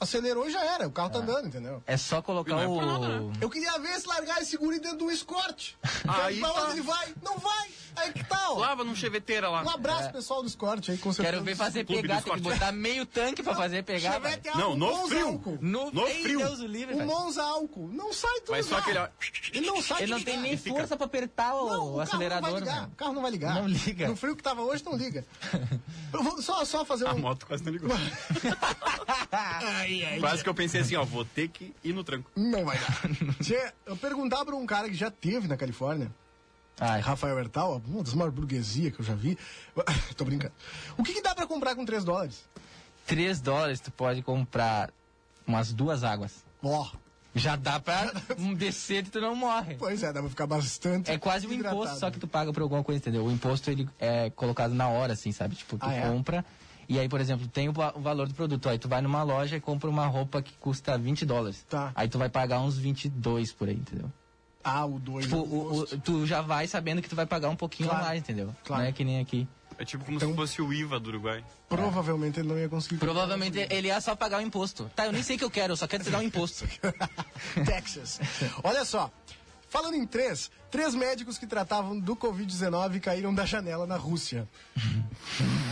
acelerou e já era. O carro tá andando, entendeu? É só E não colocar é o. pra nada, né? Eu queria ver se largar esse guri dentro de um escorte. Aí Aí pra onde tá. ele vai? Não vai! Aí que tal? Lava num cheveteira lá. Um abraço, pessoal do escorte aí, com certeza. É. Quero ver fazer Clube pegar, dos tem que cortes. botar meio tanque pra fazer pegar. Chevette é Um velho. álcool, Não, no Monza frio. álcool. No, No Ei, frio. Deus o livre, O velho. Monza é álcool. Não sai do Mas só lugar. aquele. ó, Ele não sai Ele do não tem lugar. nem força pra apertar o, Não, o Carro não vai acelerador. ligar. velho. O carro não vai ligar. Não liga. No frio que tava hoje, não liga. Eu vou só, só fazer A um. moto quase não ligou. Quase que eu pensei assim, ó, vou ter que ir no tranco. Não vai dar. Tchê, eu perguntar pra um cara que já teve na Califórnia, é Ai, Rafa, Rafael Hertal, uma das maiores burguesias que eu já vi. Tô brincando. O que, que dá pra comprar com 3 dólares? 3 dólares tu pode comprar umas duas águas. Ó, Já dá pra um descer e tu não morre. pois é, dá pra ficar bastante. É quase um hidratado. imposto, só que tu paga por alguma coisa, entendeu? O imposto ele é colocado na hora, assim, sabe? Tipo, tu Ah, é? compra. E aí, por exemplo, tem o, va- o valor do produto. Aí tu vai numa loja e compra uma roupa que custa 20 dólares. Tá. Aí tu vai pagar uns 22 por aí, entendeu? Ah, o 2. Tipo, o- o- tu já vai sabendo que tu vai pagar um pouquinho Claro, a mais, entendeu? claro. Não é que nem aqui. É tipo como Então- se fosse o IVA do Uruguai. Provavelmente ele não ia conseguir. Provavelmente ele ia só pagar o imposto. Tá, eu nem sei o que eu quero, eu só quero te dar um imposto. Texas. Olha só. Falando em três, três médicos que tratavam do Covid-19 caíram da janela na Rússia.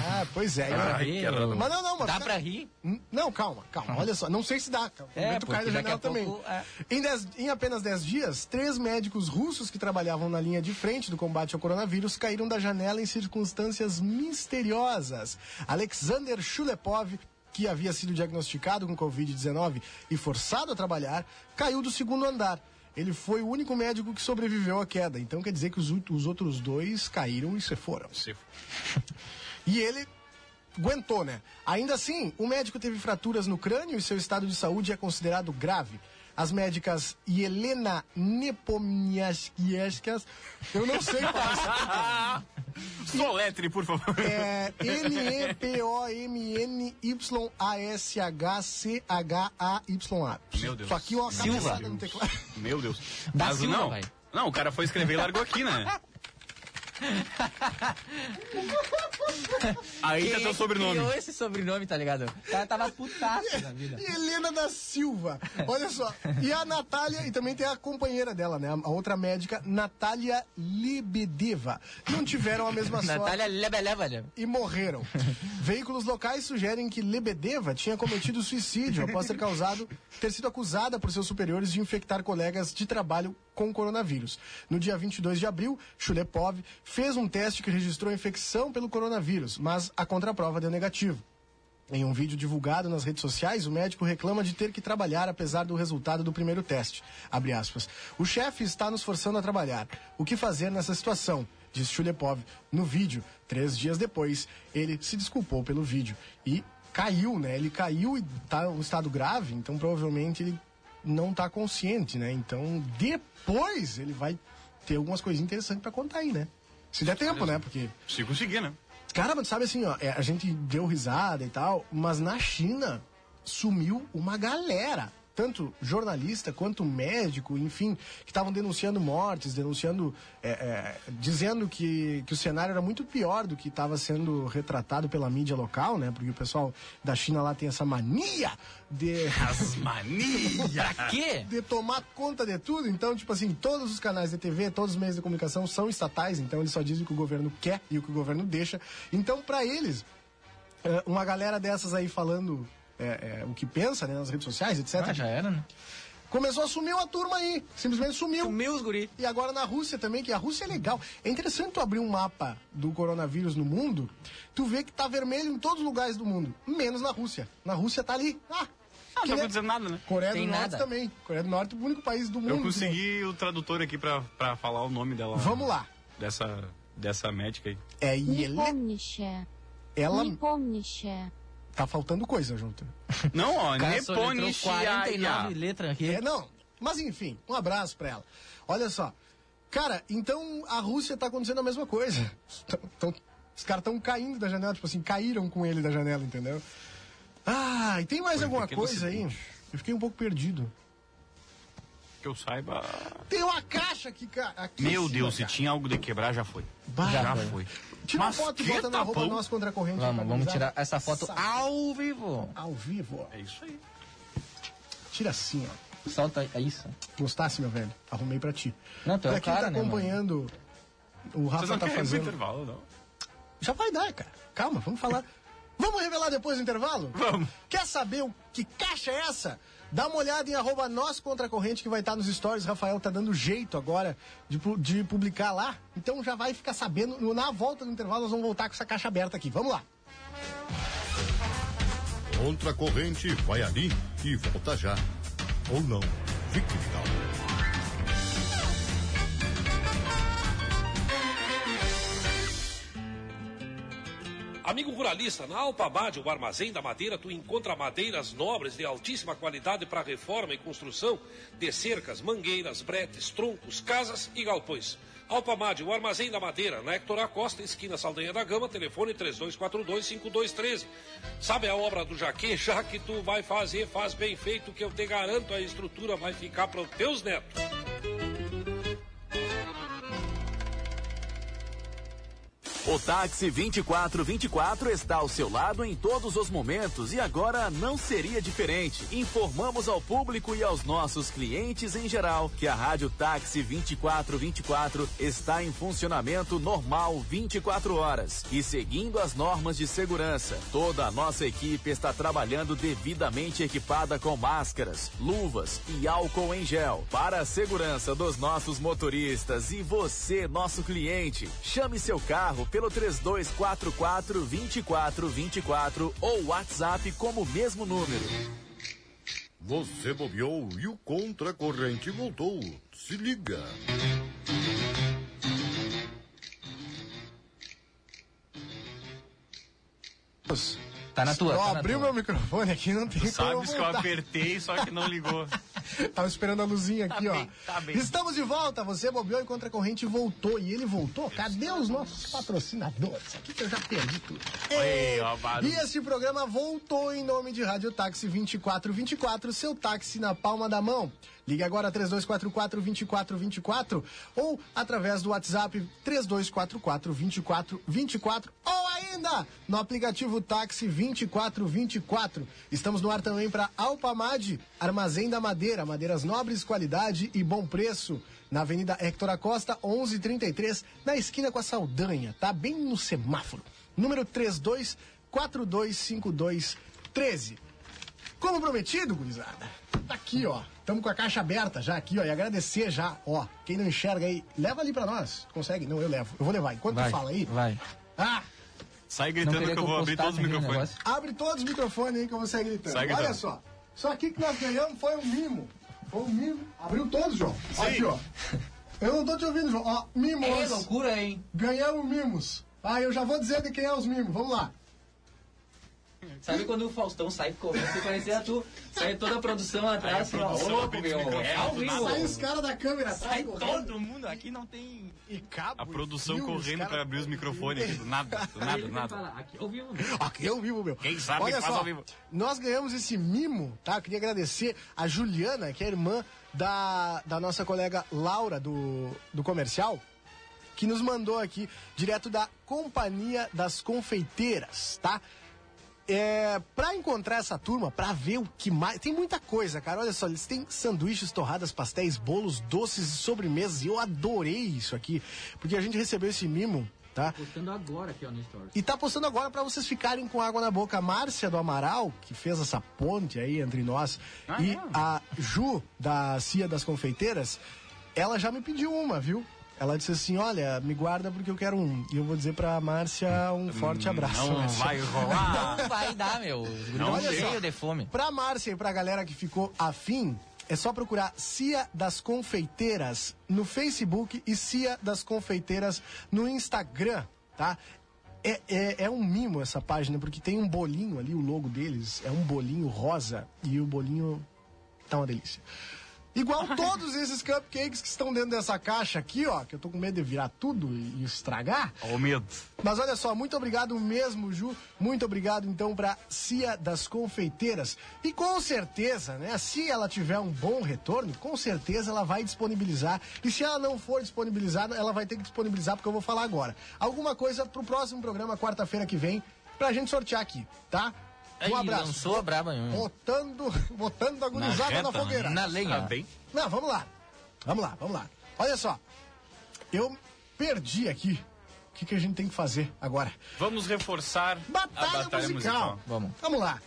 ah, pois é. Ai, que era- Mas não, não, mas Dá pra rir? Hum, Não, calma, calma. Olha só, não sei se dá. Calma. É, tu cai da porque daqui janela a também. pouco, é. Em, dez- em apenas 10 dias, três médicos russos que trabalhavam na linha de frente do combate ao coronavírus caíram da janela em circunstâncias misteriosas. Alexander Shulepov, que havia sido diagnosticado com Covid-19 e forçado a trabalhar, caiu do segundo andar. Ele foi o único médico que sobreviveu à queda. Então quer dizer que os, ut- os outros dois caíram e se foram. Se- E ele aguentou, né? Ainda assim, o médico teve fraturas no crânio e seu estado de saúde é considerado grave. As médicas Helena Nepomniachtchias, eu não sei falar isso. Soletre, por favor. É N-E-P-O-M-N-Y-A-S-H-C-H-A-Y-A. Meu Deus. Só aqui uma Silva. cabeçada no teclado. Meu Deus. Dá Mas Silva, não. vai. Não, o cara foi escrever e largou aqui, né? Aí tá Quem é teu que sobrenome. Criou esse sobrenome, tá ligado? O cara tava putaço na vida. E Helena da Silva. Olha só. E a Natália, e também tem a companheira dela, né? A outra médica, Natália Lebedeva. Não tiveram a mesma sorte. Natália Lebeleva, né? e morreram. Veículos locais sugerem que Lebedeva tinha cometido suicídio após ter causado ter sido acusada por seus superiores de infectar colegas de trabalho com coronavírus. No dia 22 de abril, Chulepov fez um teste que registrou a infecção pelo coronavírus, mas a contraprova deu negativo. Em um vídeo divulgado nas redes sociais, o médico reclama de ter que trabalhar apesar do resultado do primeiro teste. Abre aspas. O chefe está nos forçando a trabalhar. O que fazer nessa situação? Diz Chulepov no vídeo. Três dias depois, ele se desculpou pelo vídeo. E caiu, né? Ele caiu e está em um estado grave, então provavelmente ele não está consciente, né? Então depois ele vai ter algumas coisinhas interessantes para contar aí, né? Se der tempo, né? Porque Se conseguir, né? Cara, mas sabe assim, ó, é, a gente deu risada e tal, mas na China sumiu uma galera. Tanto jornalista quanto médico, enfim, que estavam denunciando mortes, denunciando. é, é, dizendo que, que o cenário era muito pior do que estava sendo retratado pela mídia local, né? Porque o pessoal da China lá tem essa mania de As manias. Que? de tomar conta de tudo. Então, tipo assim, todos os canais de TV, todos os meios de comunicação são estatais, então eles só dizem o que o governo quer e o que o governo deixa. Então, pra eles, é, uma galera dessas aí falando é, é, o que pensa né, nas redes sociais, etc., Ah, já era, né? começou a sumir uma turma aí. Simplesmente sumiu. Sumiu os guri. E agora na Rússia também, que a Rússia é legal. É interessante tu abrir um mapa do coronavírus no mundo, tu vê que tá vermelho em todos os lugares do mundo, menos na Rússia. Na Rússia tá ali. Ah, Não, Que não tô ele- dizendo nada, né? Coreia Tem do Norte nada. também. Coreia do Norte é o único país do mundo. Eu que consegui o tradutor aqui pra, pra falar o nome dela. não- Vamos lá. Dessa, dessa médica aí. É Не Uhum. Yele. помнишь, э, Ela не помнишь, э. tá faltando coisa junto. Não, ó, Cara, só letrou Neponichiaia. 49 letras aqui. É, não. Mas enfim, um abraço pra ela. Olha só. Cara, então a Rússia tá acontecendo a mesma coisa. Tão- tão- os caras estão caindo da janela, tipo assim, caíram com ele da janela, entendeu? Ah, e tem mais Foi um alguma pequeno coisa aí? acidente. Eu fiquei um pouco perdido. Que eu saiba. Tem uma caixa aqui, cara. aqui em Meu cima, Deus, se cara. tinha algo de quebrar, já foi. Bah, já foi. foi. Tira uma Mas foto e que tá bota na roupa tapão. nossa contra a corrente. pra Vamos, vamos organizar. tirar essa foto Sa- ao vivo. ao vivo. ó. É isso aí. Tira assim, ó. Solta aí, é isso. Gostasse, meu velho? Arrumei pra ti. Não, tu é pra o quem cara, tá né, mano? acompanhando, o Rafa Vocês não tá querem pro fazendo. intervalo, não? Já vai dar, cara. Calma, vamos falar. vamos revelar depois do intervalo? Vamos. Quer saber o que caixa é essa? Dá uma olhada em arroba nós contra a corrente que vai estar nos stories. Rafael tá dando jeito agora de, pu- de publicar lá. Então já vai ficar sabendo. Na volta do intervalo nós vamos voltar com essa caixa aberta aqui. Vamos Tá lá. Contra a corrente, vai ali e volta já. Ou não. Fique ligado. Amigo ruralista, na Alpamade, o armazém da madeira, tu encontra madeiras nobres de altíssima qualidade para reforma e construção de cercas, mangueiras, bretes, troncos, casas e galpões. Alpamade, o armazém da madeira, na Hector Acosta, esquina Saldanha da Gama, telefone 3242-5213. Sabe a obra do Jaque? Já que tu vai fazer, faz bem feito, que eu te garanto, a estrutura vai ficar para os teus netos. O táxi 2424 está ao seu lado em todos os momentos e agora não seria diferente. Informamos ao público e aos nossos clientes em geral que a Rádio Táxi 2424 está em funcionamento normal 24 horas e seguindo as normas de segurança. Toda a nossa equipe está trabalhando devidamente equipada com máscaras, luvas e álcool em gel para a segurança dos nossos motoristas e você, nosso cliente. Chame seu carro pelo 3244 2424 ou WhatsApp como mesmo número. Você bobeou e o contra a corrente voltou. Se liga. Tá na tua. Eu tá na abri o tua. meu microfone aqui, não tem como Tu sabes que eu voltar. apertei, só que não ligou. Tava esperando a luzinha aqui, ó. bem, tá bem. Estamos de volta, você bobeou e contra a corrente voltou. E ele voltou? Cadê os nossos patrocinadores? Aqui que eu já perdi tudo. Ei, ó, barulho. E esse programa voltou em nome de Rádio Táxi 2424, seu táxi na palma da mão. Ligue agora 3244 2424 ou através do WhatsApp 3244 2424 ou ainda no aplicativo Táxi 2424. Estamos no ar também para Alpamade, Armazém da Madeira, madeiras nobres, qualidade e bom preço. Na Avenida Héctor Acosta, 1133, na esquina com a Saldanha, tá bem no semáforo. Número 32 425213. Como prometido, gurizada, tá aqui, ó. Estamos com a caixa aberta já aqui, ó. E agradecer já, ó. Quem não enxerga aí, leva ali pra nós. Consegue? Não, eu levo. Eu vou levar. Enquanto Vai, tu fala aí. Vai. Ah, Sai Não gritando queria que eu vou abrir todos os postasse aquele microfones. negócio. abre todos os microfones aí que eu vou sair gritando. Sai gritando. então. Olha só. Só aqui que nós ganhamos foi um mimo. Foi um mimo. Abriu todos, João. Aqui, ó. Eu não tô te ouvindo, João. Ó, mimos. É loucura, hein? Ganhamos mimos. Ah, eu já vou dizer de quem é os mimos. Vamos lá. Sabe quando o Faustão sai correndo, você parecer a tu, sai toda a produção atrás, Aí a ó, produção louco, abrindo meu, o microfone é ao do vivo. Sai Tá tá os caras da câmera atrás Sai correndo. todo mundo, aqui não tem. E cabo, A produção e fio, os correndo cara- pra abrir os microfones aqui. do Nada, do Aí nada, ele do vai nada. falar, aqui ao vivo, Aqui ao vivo, é meu. Quem sabe Olha faz só, ao vivo. Nós ganhamos esse mimo, tá? Eu queria agradecer a Juliana, que é irmã da, da nossa colega Laura do, do comercial, que nos mandou aqui direto da Companhia das Confeiteiras, tá? É, pra encontrar essa turma, pra ver o que mais. Tem muita coisa, cara. Olha só, eles têm sanduíches, torradas, pastéis, bolos, doces e sobremesas. E eu adorei isso aqui, porque a gente recebeu esse mimo, tá? postando agora aqui, ó, no Stories. E tá postando agora pra vocês ficarem com água na boca. A Márcia do Amaral, que fez essa ponte aí entre nós, Ah, é? e a Ju, da Cia das Confeiteiras, ela já me pediu uma, viu? Ela disse assim: Olha, me guarda porque eu quero um. E eu vou dizer pra Márcia um forte abraço. Hum, Não Márcia. vai rolar. Não vai dar, meu. Os guris Não tão deu. cheios de fome. Pra Márcia e pra galera que ficou afim, é só procurar Cia das Confeiteiras no Facebook e Cia das Confeiteiras no Instagram, tá? É, é, é um mimo essa página, porque tem um bolinho ali, o logo deles é um bolinho rosa e o bolinho tá uma delícia. Igual todos esses cupcakes que estão dentro dessa caixa aqui, ó, que eu tô com medo de virar tudo e e estragar. Ó, o medo. Mas olha só, muito obrigado mesmo, Ju. Muito obrigado então para Cia das Confeiteiras. E com certeza, né, se ela tiver um bom retorno, com certeza ela vai disponibilizar. E se ela não for disponibilizada, ela vai ter que disponibilizar porque eu vou falar agora. Alguma coisa pro próximo programa quarta-feira que vem pra gente sortear aqui, tá? Um Aí, lançou a braba, hein? Botando, botando a gurizada na, reta, fogueira. Na lenha. Tá bem? Não, vamos lá. Vamos lá, vamos lá. Olha só. Eu perdi aqui. O que, que a gente tem que fazer agora? Vamos reforçar Batalha, a batalha musical. musical. Vamos. Vamos lá.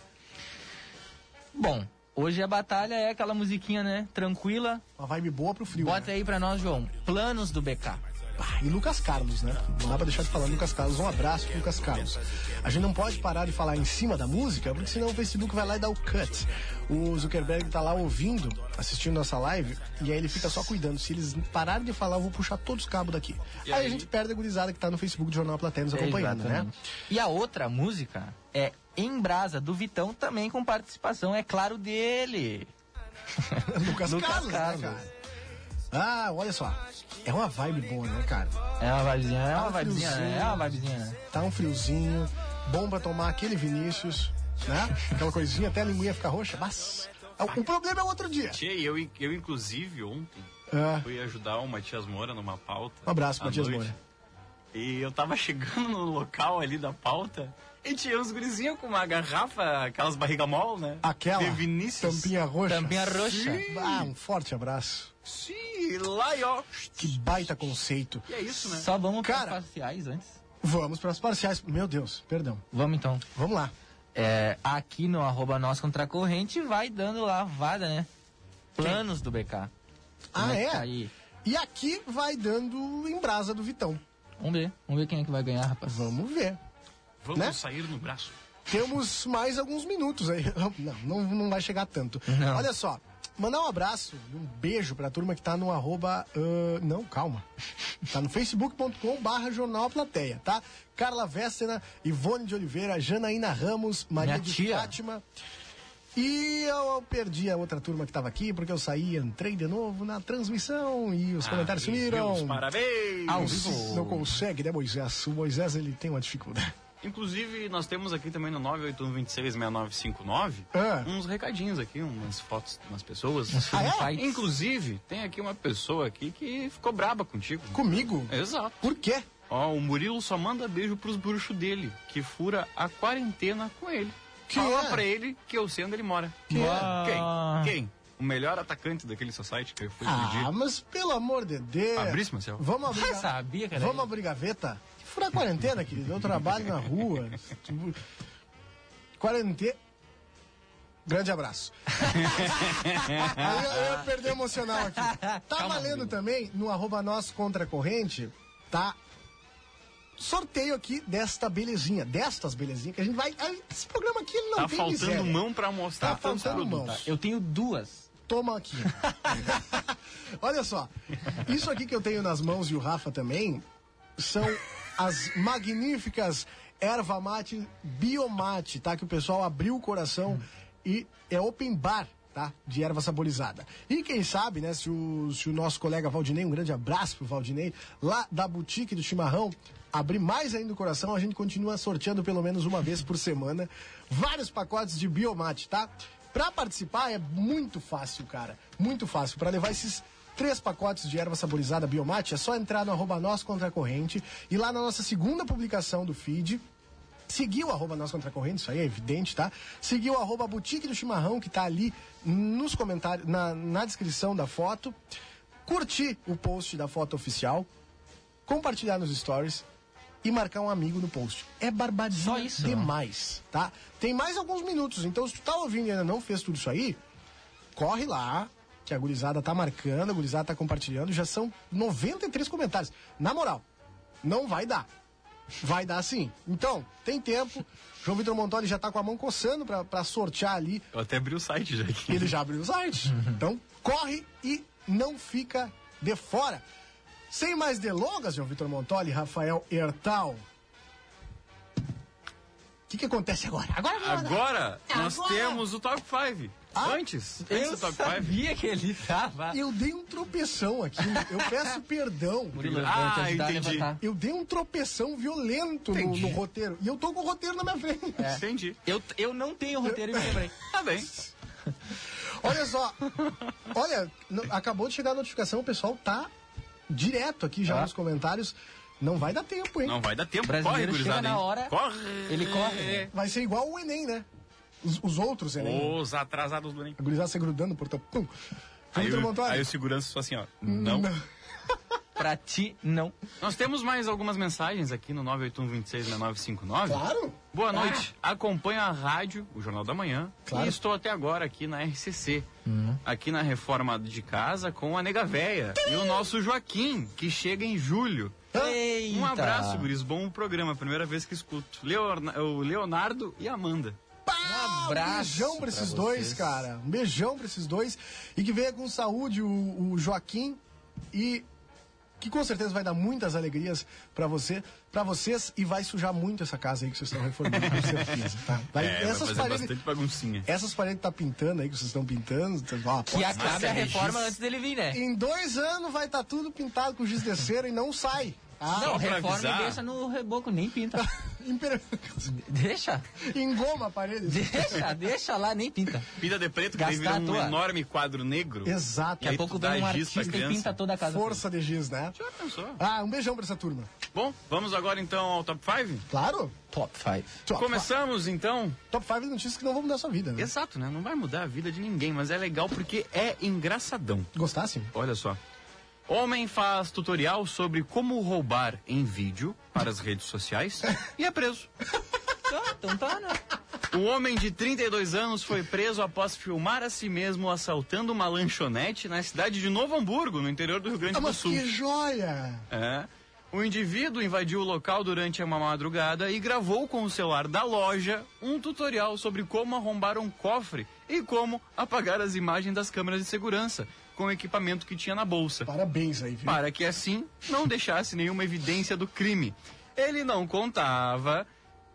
Bom, hoje a batalha é aquela musiquinha, né? Tranquila. Uma vibe boa pro frio. Bota né? aí pra nós, João. Planos do BK. Pá, E Lucas Carlos, né? Não dá pra deixar de falar Lucas Carlos. Um abraço pro Lucas Carlos. A gente não pode parar de falar em cima da música, porque senão o Facebook vai lá e dá o cut. O Zuckerberg tá lá ouvindo, assistindo nossa live, e aí ele fica só cuidando. Se eles pararem de falar, eu vou puxar todos os cabos daqui. Aí, a gente perde a gurizada que tá no Facebook do Jornal Platéia nos acompanhando, né? É, Exatamente. E a outra música é Em Brasa, do Vitão, também com participação, é claro, dele. Lucas, Lucas Carlos, né, Carlos. cara? Ah, olha só. É uma vibe boa, né, cara? É uma vibezinha, é uma Ah, vibezinha, né? friozinho. É uma vibezinha, né? Tá um friozinho, bom pra tomar aquele Vinícius, né? Aquela coisinha, até a linguinha ficar roxa. Mas o problema é outro dia. Tchê, eu, eu inclusive ontem Ah, fui ajudar o Matias Moura numa pauta. um abraço, à Matias noite. Moura. E eu tava chegando no local ali da pauta e tinha uns gurizinhos com uma garrafa, aquelas barriga mol, né? Aquela De Vinícius. tampinha roxa. Tampinha roxa. Ah, um forte abraço. Sim, lá e ó. Que baita conceito. E é isso, né? Só vamos para Cara. parciais antes. Vamos para as parciais. Meu Deus, perdão. Vamos então. Vamos lá. É, aqui no arroba nós contra a corrente vai dando lá a vada, né? Planos do BK. Como Ah, que é? tá aí? E aqui vai dando em brasa do Vitão. Vamos ver. Vamos ver quem é que vai ganhar, rapaz. Vamos ver. Vamos né? sair no braço. Temos mais alguns minutos aí. Não, não, não vai chegar tanto. Não. Olha só, mandar um abraço e um beijo pra turma que tá no arroba. ah, não, calma. Tá no facebook.com barra jornal plateia, tá? Carla Vécena, Ivone de Oliveira, Janaína Ramos, Maria Minha de tia. Fátima. E eu perdi a outra turma que tava aqui, porque eu saí, entrei de novo na transmissão e Ah, os comentários Meus sumiram. Então, parabéns! Ao vivo. Não consegue, né, Moisés? O Moisés, ele tem uma dificuldade. Inclusive, nós temos aqui também no 981266959 Ah. uns recadinhos aqui, umas fotos de umas pessoas. Ah, é? fights. Inclusive, tem aqui uma pessoa aqui que ficou braba contigo. Comigo? É. Exato. Por quê? Ó, o Murilo só manda beijo pros bruxos dele, que fura a quarentena com ele. Quem Fala é? pra ele que eu sei onde ele mora. Ah. Quem? Quem? O melhor atacante daquele society que eu fui Ah, pedir. mas pelo amor de Deus. Abrir, Marcelo? Vamos abrir. Ah, sabia, cara. Vamos abrir gaveta? Fura a quarentena, querido. Eu trabalho na rua. Quarentena. Grande abraço. Aí eu, eu ia perder o emocional aqui. Tá valendo também no arroba nós contra a corrente, tá? Sorteio aqui desta belezinha, destas belezinhas, que a gente vai. aí, Esse programa aqui ele não Tá tem faltando miséria. mão pra mostrar Tá tantos faltando produtos. mão. Eu tenho duas. toma aqui. Olha só, isso aqui que eu tenho nas mãos e o Rafa também são as magníficas erva mate biomate, tá? Que o pessoal abriu o coração e é open bar. Tá? De erva saborizada. E quem sabe, né, se o, se o nosso colega Valdinei, um grande abraço pro Valdinei, lá da boutique do Chimarrão, abrir mais ainda o coração, a gente continua sorteando pelo menos uma vez por semana vários pacotes de biomate, tá? Pra participar é muito fácil, cara. Muito fácil. Pra levar esses três pacotes de erva saborizada biomate, é só entrar no arroba nós contra a corrente e lá na nossa segunda publicação do feed. Seguir o arroba nós contra a corrente, isso aí é evidente, tá? Seguir o arroba boutique do chimarrão, que tá ali nos comentários, na, na descrição da foto. Curtir o post da foto oficial. Compartilhar nos stories. E marcar um amigo no post. É barbadinho Só isso? né? demais, tá? Tem mais alguns minutos, então se tu tá ouvindo e ainda não fez tudo isso aí, corre lá, que a gurizada tá marcando, a gurizada tá compartilhando. Já são 93 comentários. Na moral, não vai dar. Vai dar sim. Então, tem tempo. João Vitor Montoli já tá com a mão coçando pra- pra sortear ali Eu até abri o site já aqui. ele já abriu o site. Então corre e não fica de fora. Sem mais delongas, João Vitor Montoli, Rafael Hertal. O que, que acontece agora? Agora vamos lá. Agora, nós temos o top 5. Antes, antes Eu do top 5. sabia que ele tava. Ah, Eu dei um tropeção aqui. Eu peço perdão. Murilo, eu Ah, vou te ajudar a entendi. levantar. Eu dei um tropeção violento no, Entendi. É. no roteiro. E eu tô com o roteiro na minha frente. Entendi. Eu, eu não tenho roteiro e me lembrei. Tá bem. Olha só. Olha, n- acabou de chegar a notificação. O pessoal tá direto aqui já Tá. nos comentários. Não vai dar tempo, hein? Não vai dar tempo. Corre, Brasileiro gurizada. chega na hein? hora, Corre. ele É. corre. né? Vai ser igual o Enem, né? Os, os outros Enem. né? Os atrasados do Enem. A gurizada se grudando por tampão. Aí, Vitor o- aí Montoya, Hum, o segurança só assim, ó. Não. Pra ti, não. Nós temos mais algumas mensagens aqui no 981266959. Claro. Ah. Boa noite. Acompanho a rádio, o Jornal da Manhã, Claro. Hum. e estou até agora aqui na RCC, aqui na reforma de casa com a Nega Véia e o nosso Joaquim, que chega em julho. Eita. Um abraço, guris. Bom programa, primeira vez que escuto. Leorna- o Leonardo e Amanda. Pá, um abraço beijão pra esses pra dois, vocês. cara. Um beijão pra esses dois. E que venha com saúde o, o Joaquim e que com certeza vai dar muitas alegrias pra você, para vocês e vai sujar muito essa casa aí que vocês estão reformando, com certeza, tá? Vai- É, vai fazer paredes, bastante baguncinha. essas paredes tá pintando aí que vocês estão pintando, tá- ó, Que acabe Nossa, a reforma Regis. antes dele vir, né? em dois anos vai estar tudo pintado com giz de cera e não sai. tá? Não, Ah, pra reforma avisar. e deixa no reboco, nem pinta. Imper- deixa, Engoma a parede. deixa, deixa lá, nem pinta. É Pinta de preto, que daí vira Gastar um à toa. enorme quadro negro. Exato. É E Daqui aí a tá tu pouco dá vem um giz pra artista e criança. pinta toda a casa. Força de giz, né? Já pensou? Ah, um beijão pra essa turma. Bom, vamos agora então ao top 5? Claro. Top 5. Top, Começamos então. top 5 notícias que não vão mudar a sua vida. Né? Exato, né? Não vai mudar a vida de ninguém, mas é legal porque é engraçadão. Gostasse? Olha só. Homem faz tutorial sobre como roubar em vídeo para as redes sociais e é preso. Então tá, né? O homem de 32 anos foi preso após filmar a si mesmo assaltando uma lanchonete na cidade de Novo Hamburgo, no interior do Rio Grande Ah, do mas Sul. que joia! É. O indivíduo invadiu o local durante uma madrugada e gravou com o celular da loja um tutorial sobre como arrombar um cofre e como apagar as imagens das câmeras de segurança com o equipamento que tinha na bolsa, Parabéns aí, viu? para que assim não deixasse nenhuma evidência do crime. Ele não contava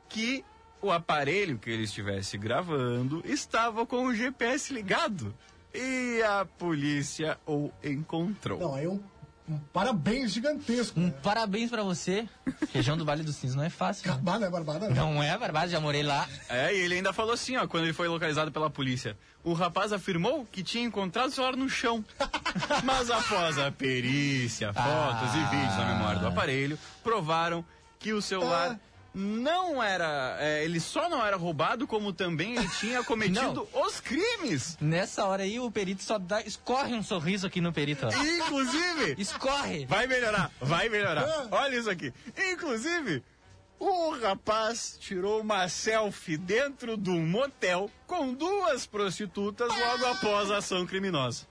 que o aparelho que ele estivesse gravando estava com o GPS ligado. E a polícia o encontrou. Não, aí um, um parabéns gigantesco. Um Né? parabéns pra você. Região do Vale dos Sinos não é fácil, né? Barbada, é barbada? né? Não é, barbado, já morei lá. É, e ele ainda falou assim, ó, quando ele foi localizado pela polícia. O rapaz afirmou que tinha encontrado o celular no chão. Mas após a perícia, fotos e vídeos na memória do aparelho, provaram que o celular não era. é, ele só não era roubado, como também ele tinha cometido os crimes. Nessa hora aí, o perito só dá, escorre um sorriso aqui no perito. ó. E, inclusive, Escorre! Vai melhorar, vai melhorar. É. Olha isso aqui. Inclusive, o rapaz tirou uma selfie dentro de um motel com duas prostitutas logo Ah! após a ação criminosa.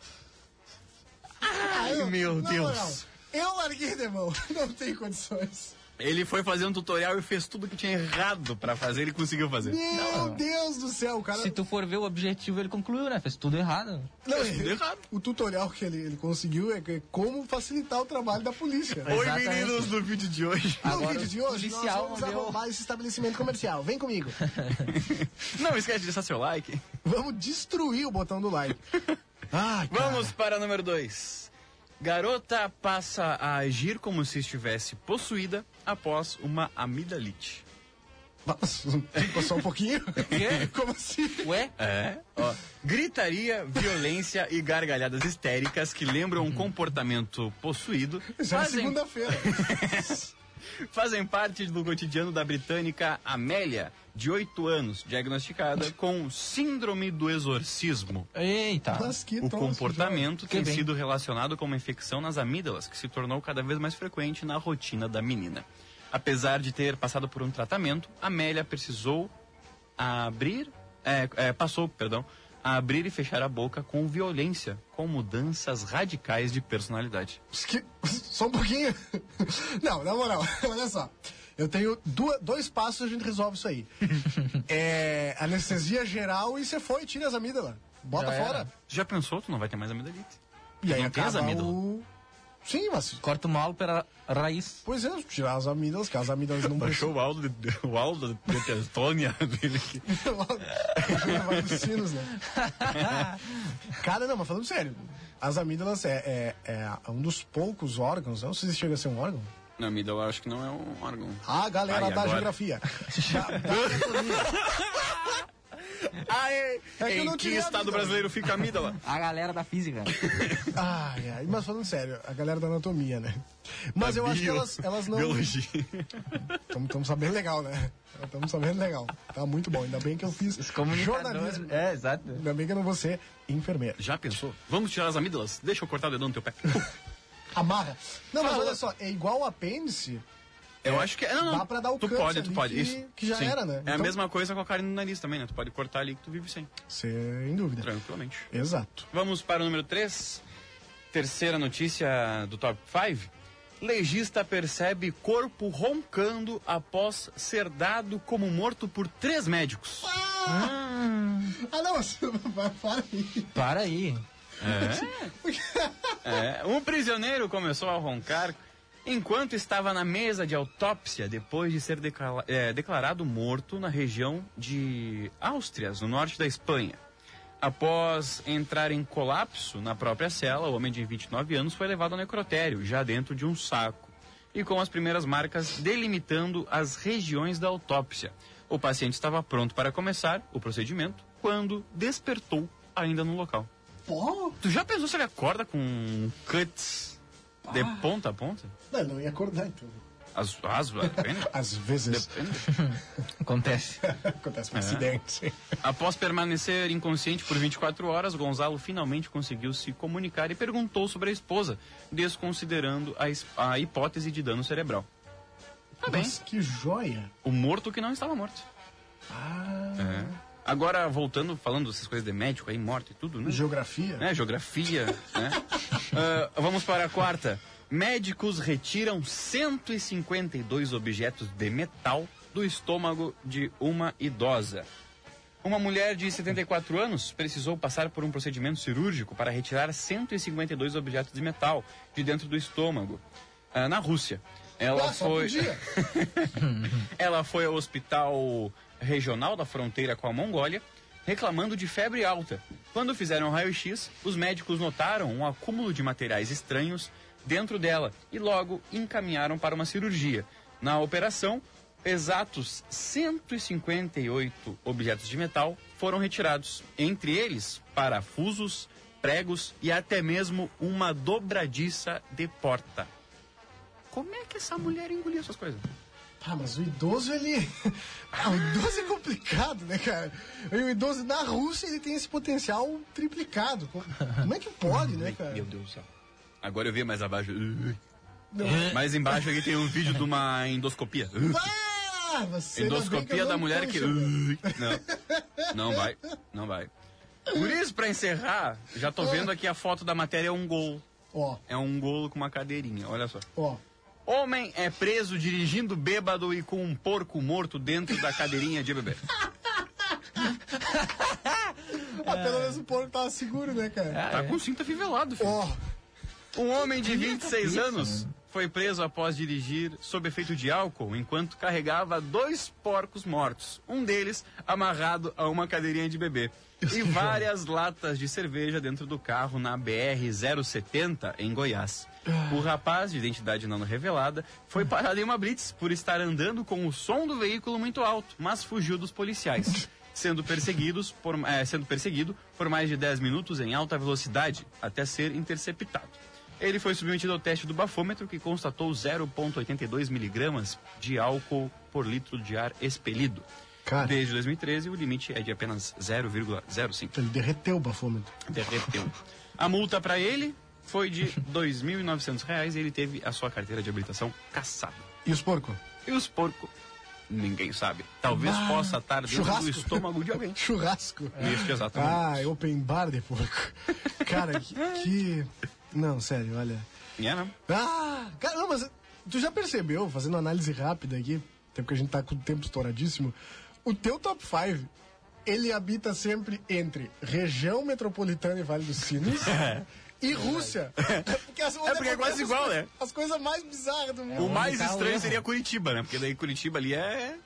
Ai, meu Ah, Na moral, Deus. eu larguei de mão. Não tem condições. Ele foi fazer um tutorial e fez tudo que tinha errado pra fazer, ele conseguiu fazer. Meu Deus do céu, o cara. Se tu for ver o objetivo, ele concluiu, né? Fez tudo errado. Não, Isso, deu errado. o tutorial que ele, ele conseguiu é que- como facilitar o trabalho da polícia. Oi, Exatamente. meninos do vídeo de hoje. No Agora, vídeo de hoje, nós policial vamos deu- arrombar esse estabelecimento comercial. Vem comigo. Não esquece de deixar seu like. Vamos destruir o botão do like. Ai, cara. Vamos para número 2. Garota passa a agir como se estivesse possuída após uma amidalite. Vamos. Só um pouquinho? quê? Como assim? Ué? É? Ó, gritaria, violência e gargalhadas histéricas que lembram um comportamento possuído Já é fazem, segunda-feira. fazem parte do cotidiano da britânica Amélia, de 8 anos, diagnosticada com síndrome do exorcismo. Eita! Mas que Ah, O tos, comportamento Que tem bem. sido relacionado com uma infecção nas amígdalas, que se tornou cada vez mais frequente na rotina da menina. Apesar de ter passado por um tratamento, Amélia precisou abrir, é, é, passou, perdão, a abrir e fechar a boca com violência, com mudanças radicais de personalidade. Que- Só um pouquinho. Não, na moral, olha só. Eu tenho duas, dois passos a gente resolve isso aí. É anestesia geral e você foi, tira as amígdalas. Bota Já era. fora. Já pensou? Tu não vai ter mais amidalite. E aí Não tem as acaba amígdalas. o... Sim, mas... Corta o mal pela raiz. Pois é, tirar as amígdalas, que as amígdalas não Baixou o áudio, o áudio de Testônia dele aqui. Vai nos sinos, né? Cara, não, mas falando sério, as amígdalas é, é- é um dos poucos órgãos, não sei se chega a ser um órgão. Não, amígdala eu acho que não é um órgão. Ah, galera Ai, da agora? geografia. Aê! É que eu em não que tirei a estado amígdala. brasileiro fica a amígdala? A galera da física. Ai, ai, mas falando sério, a galera da anatomia, né? Mas eu acho que Bio- elas, elas não. né? Biologia. Estamos sabendo legal, né? Estamos sabendo legal. Tá muito bom. Ainda bem que eu fiz jornalismo. Jornalismo. É, exato. Ainda bem que eu não vou ser enfermeira. Já pensou? Vamos tirar as amígdalas? Deixa eu cortar o dedão no teu pé. Amarra. Não, mas Fala. olha só, é igual o apêndice, Eu acho que. é, Não, não. Dá pra dar o Tu câncer pode, ali tu pode. que- Isso. que já era, né? É a Então- mesma coisa com a carne no nariz também, né? Tu pode cortar ali que tu vive sem, sem dúvida. tranquilamente. Exato. Vamos para o número 3. Terceira notícia do top 5. Legista percebe corpo roncando após ser dado como morto por três médicos. Ah, não, mas vai, para aí. Para aí. É, um prisioneiro começou a roncar enquanto estava na mesa de autópsia depois de ser decala- é, declarado morto na região de Áustrias, no norte da Espanha. Após entrar em colapso na própria cela, o homem de 29 anos foi levado ao necrotério, já dentro de um saco, e com as primeiras marcas delimitando as regiões da autópsia. O paciente estava pronto para começar o procedimento quando despertou ainda no local. Pô, Tu já pensou se ele acorda com cuts de ponta a ponta? não, não ia acordar então. As, as, depende. Às vezes Depende. Acontece. acontece um É. acidente. Após permanecer inconsciente por 24 horas, Gonzalo finalmente conseguiu se comunicar e perguntou sobre a esposa, desconsiderando a, es- a hipótese de dano cerebral. Tá bem. Mas que joia. O morto que não estava morto. Ah, É. Agora, voltando, falando essas coisas de médico aí, morte e tudo, né? geografia. né? Geografia, né? Ah, vamos para a quarta. Médicos retiram 152 objetos de metal do estômago de uma idosa. Uma mulher de 74 anos precisou passar por um procedimento cirúrgico para retirar 152 objetos de metal de dentro do estômago, ah, na Rússia. Ela Ah, só foi. podia. Ela foi ao hospital regional da fronteira com a Mongólia, reclamando de febre alta. Quando fizeram o raio-x, os médicos notaram um acúmulo de materiais estranhos dentro dela e logo encaminharam para uma cirurgia. Na operação, exatos 158 objetos de metal foram retirados, entre eles parafusos, pregos e até mesmo uma dobradiça de porta. Como é que essa mulher engoliu essas coisas? Ah, mas o idoso, ele. Ah, o idoso é complicado, né, cara? E o idoso na Rússia, ele tem esse potencial triplicado. Co- Como é que pode, né, cara? Meu Deus do céu. Agora eu vi mais abaixo. Mais embaixo aqui tem um vídeo de uma endoscopia. Ah, você ainda bem que Endoscopia eu da não mulher que. puxo, né? Não. Não vai. Não vai. Por isso, pra encerrar, já Ah. tô vendo aqui a foto da matéria, é um gol. Ó, É um golo com uma cadeirinha, olha só. ó. Homem é preso dirigindo bêbado e com um porco morto dentro da cadeirinha de bebê. Ah, É. pelo menos o porco tava seguro, né, cara? Tá com cinta fivelado, filho. Ó, Um homem de 26 anos foi preso após dirigir sob efeito de álcool enquanto carregava dois porcos mortos, um deles amarrado a uma cadeirinha de bebê, e várias latas de cerveja dentro do carro na BR-070 em Goiás. O rapaz, de identidade não revelada, foi parado em uma blitz por estar andando com o som do veículo muito alto, mas fugiu dos policiais. Sendo, perseguidos por, eh, sendo perseguido por mais de 10 minutos em alta velocidade, até ser interceptado. Ele foi submetido ao teste do bafômetro que constatou 0,82 miligramas de álcool por litro de ar expelido. Cara. Desde 2013, o limite é de apenas 0,05. ele derreteu o bafômetro. Derreteu. A multa para ele foi de R$ 2.900 e ele teve a sua carteira de habilitação caçada. E os porcos? E os porcos Ninguém sabe. Talvez possa estar dentro churrasco. do estômago de alguém. É. Churrasco. Este exatamente. Ah, open bar de porco. Cara, que, que- Não, sério, olha. É, né? Ah, caramba, cê- tu já percebeu, fazendo análise rápida aqui, até porque a gente tá com o tempo estouradíssimo, o teu top 5, ele habita sempre entre região metropolitana e Vale dos Sinos e Rússia. Porque as- onde porque é quase acontecem as igual, coisas- né? É. As coisas mais bizarras do mundo. O mais tá o estranho erro? seria Curitiba, né? Porque daí Curitiba ali é.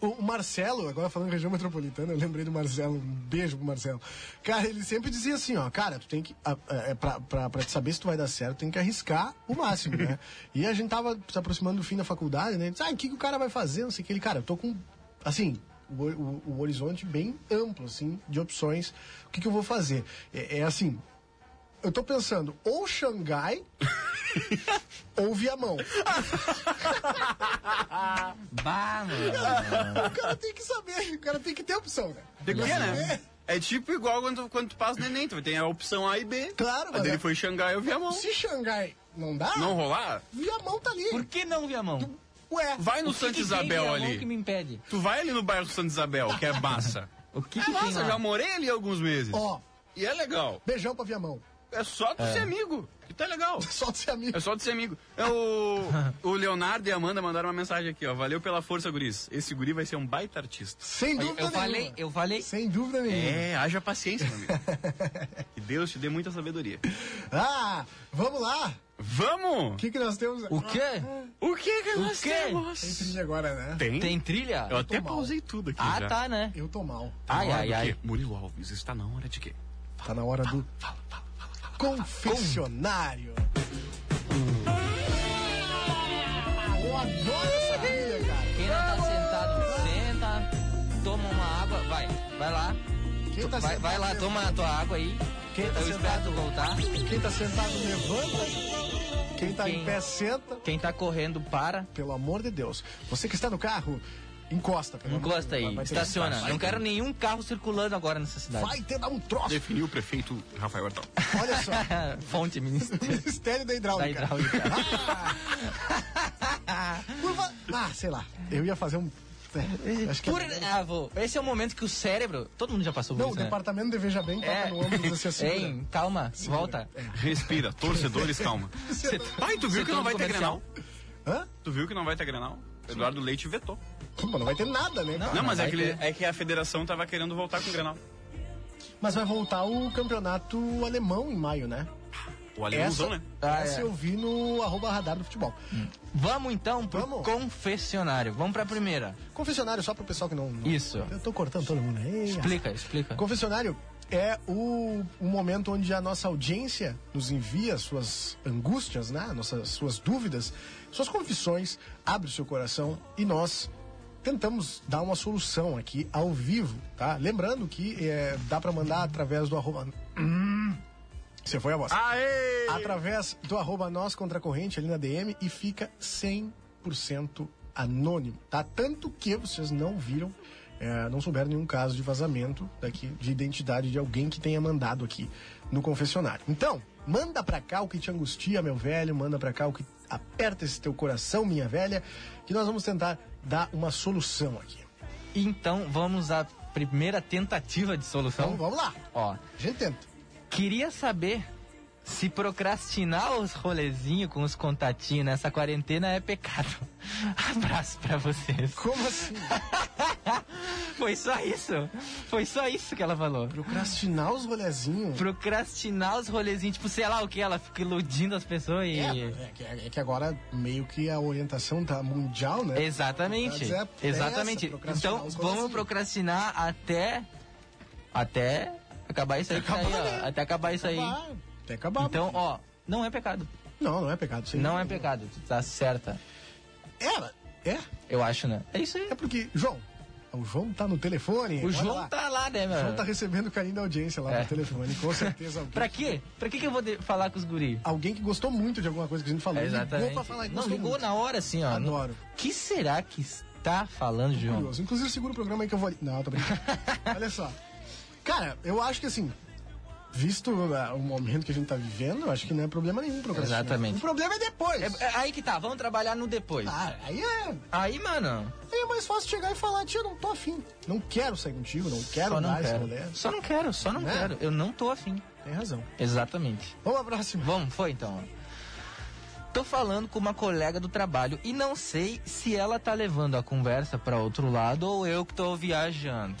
O o Marcelo, agora falando em região metropolitana, eu lembrei do Marcelo, um beijo pro Marcelo. Cara, ele sempre dizia assim, ó, cara, tu tem que, a- a- é, pra, pra, pra te saber se tu vai dar certo, tem que arriscar o máximo, né? e a gente tava se aproximando do fim da faculdade, né? Ele disse, ah, o que, que o cara vai fazer, não sei o que. Ele, cara, eu tô com, assim, o, o- o horizonte bem amplo, assim, de opções. O que, que eu vou fazer? É, é assim, eu tô pensando, ou Xangai... Ou Viamão. Bah, mano. O cara tem que saber, o cara tem que ter opção, né? Tem que, né? É tipo igual quando, quando tu passa no Enem, tu tem a opção A e B. Claro, A mas dele é- foi Xangai, eu vi a mão. Se Xangai não dá, Não rolar, Viamão tá ali. Por que não, Viamão? Ué, vai no O que que Santa tem Isabel Viamão ali. que me impede? Tu vai ali no bairro Santa Isabel, que é massa. O que, é que tem massa, lá? já morei ali alguns meses. ó, E é legal. beijão pra Viamão. É só tu ser amigo. E tá legal. Só de ser amigo. É só de ser amigo. É o, o Leonardo e a Amanda mandaram uma mensagem aqui, ó. Valeu pela força, guris. Esse guri vai ser um baita artista. Sem Eu, dúvida eu nenhuma. falei, eu falei. Sem dúvida nenhuma. É, haja paciência, meu amigo. que Deus te dê muita sabedoria. É. Ah, vamos lá. O Vamos! que, que nós temos? O quê? O que que O nós quê? temos? Tem trilha agora, né? Tem? Tem trilha? Eu até mal. pausei tudo aqui Ah, já. tá, né? Eu tô mal. Tá Ai, na hora ai, do ai. quê? Murilo Alves, está na hora de quê? Tá na hora do confessionário. Ah, Eu adoro essa trilha, cara. Quem não tá sentado, senta, toma uma água, vai, vai lá. Quem tá Vai, sentado, vai lá, levanta. toma a tua água aí. Quem tá eu espero tu sentado, voltar. quem tá sentado levanta. Quem tá em Quem- pé senta. Quem tá correndo, para. pelo amor de Deus. Você que está no carro, encosta. Pelo amor de Encosta Deus. aí, Vai ter estaciona. espaço. Não quero nenhum carro circulando agora nessa cidade. Vai ter dar um troço. Definiu o prefeito Rafael Artal. Olha só. Fonte, ministro. Ministério da Da Hidráulica. hidráulica. Curva- Ah, sei lá. Eu ia fazer um... é, Acho que Por... é... Ah, vô, esse é o momento que o cérebro. Todo mundo já passou por Não, o isso, né? departamento de Veja Bem toca É. no assim, ombro do seu segura. É. Hein, calma, volta. Respira, torcedores, calma. Pai, tu viu que não vai ter comercial. Grenal? Hã? Tu viu que não vai ter Grenal? Eduardo Leite vetou. Pô, mas não vai ter nada, né? cara? Não, mas vai é que, ele- ter. é que a federação tava querendo voltar com o Grenal. Mas vai voltar o campeonato alemão em maio, né? O alemãozão, Essa- né? Ah, Essa é. Hum. eu vi no arroba radar do futebol. Vamos então pro Vamos. confessionário. Vamos pra primeira. Confessionário, só pro pessoal que não... não- Isso. Eu tô cortando todo mundo. Ei, Explica, explica. Confessionário é o, o momento onde a nossa audiência nos envia suas angústias, né? Nossas, suas dúvidas, suas confissões, abre o seu coração e nós tentamos dar uma solução aqui ao vivo, tá? Lembrando que eh, dá pra mandar através do arroba... Hum, Você foi a voz Aê! através do arroba nós contra a corrente ali na DM e fica 100% anônimo, tá? Tanto que vocês não viram, eh, não souberam nenhum caso de vazamento daqui de identidade de alguém que tenha mandado aqui no confessionário. Então, manda pra cá o que te angustia, meu velho, manda pra cá o que aperta esse teu coração, minha velha, que nós vamos tentar dar uma solução aqui. Então vamos à primeira tentativa de Então, solução. vamos lá. Ó, A gente tenta. queria saber se procrastinar os rolezinhos com os contatinhos nessa quarentena é pecado. Abraço pra vocês. Como assim? Foi só isso. Foi só isso que ela falou. Procrastinar os rolezinhos? Procrastinar os rolezinhos, tipo, sei lá o que, ela fica iludindo as pessoas e. É, é que- é que agora meio que a orientação tá mundial, né? Exatamente. Mas é- é Exatamente. essa, procrastinar então, os vamos rolezinhos. procrastinar até. Até acabar isso aí. que tá aí, Acabar, ó. né? Até acabar isso aí. Acabar, Até acabar. Então, ó, não é pecado. Não, não é pecado. Sim. Não é pecado, tu tá certa. É, é. Eu acho, né? É isso aí. É porque, João, o João tá no telefone. O olha João lá. tá lá, né, meu? O João tá recebendo o carinho da audiência lá É. no telefone, com certeza. Alguém, Pra quê? Pra quê que eu vou de- falar com os guri? alguém que gostou muito de alguma coisa que a gente falou. É, Ligou exatamente. pra falar, e Não, gostou ligou muito. na hora, assim, ó. Adoro. O que será que está falando, João? Curioso. Inclusive, segura o programa aí que eu vou ali. Não, tô brincando. Olha só. Cara, eu acho que assim, visto ah, o momento que a gente tá vivendo, eu acho que não é problema nenhum procrastinar. Exatamente. O problema é depois. É, é aí que tá, vamos trabalhar no depois. Ah, aí é, Aí, mano, aí é mais fácil chegar e falar, tia, não tô afim. Não quero sair contigo, não quero só não mais quero. mulher. Só não quero, só não Né? quero. Eu não tô afim. Tem razão. Exatamente. Vamos à próxima. Vamos, foi então. Tô falando com uma colega do trabalho e não sei se ela tá levando a conversa pra outro lado ou eu que tô viajando.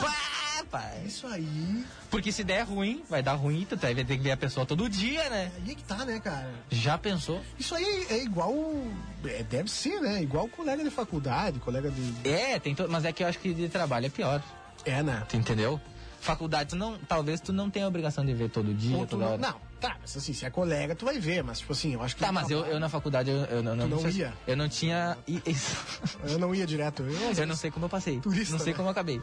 Pá, É pai. isso aí. Porque se der ruim, vai dar ruim, tu vai ter que ver a pessoa todo dia, né? Aí é que tá, né, cara? Já pensou? Isso aí é igual. é, deve ser, né? Igual colega de faculdade, colega de. É, tem to... mas é que eu acho que de trabalho é pior, É, né? tu entendeu? Faculdade, tu não, talvez tu não tenha a obrigação de ver todo dia, Ou tu toda não, hora. não, tá, mas assim, se é colega, tu vai ver, mas tipo assim, eu acho que. Tá, mas eu, eu na faculdade eu, eu não, não sei se- ia? Eu não tinha. i- isso. Eu não ia direto. Eu, Eu não sei como eu passei. Turista, não sei né? como eu acabei.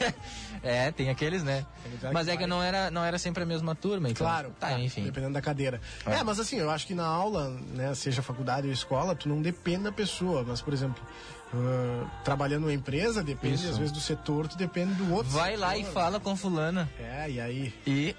é, tem aqueles, né? Tem lugar Mas que é que vai. não era, não era sempre a mesma turma, então. Claro. Ah, Tá, enfim. Dependendo da cadeira. É. mas assim, eu acho que na aula, né, seja faculdade ou escola, tu não depende da pessoa. Mas, por exemplo, ah, trabalhando numa empresa, depende Isso. às vezes do setor, tu depende do outro. Vai lá e setor. fala com fulana. É, e aí? E.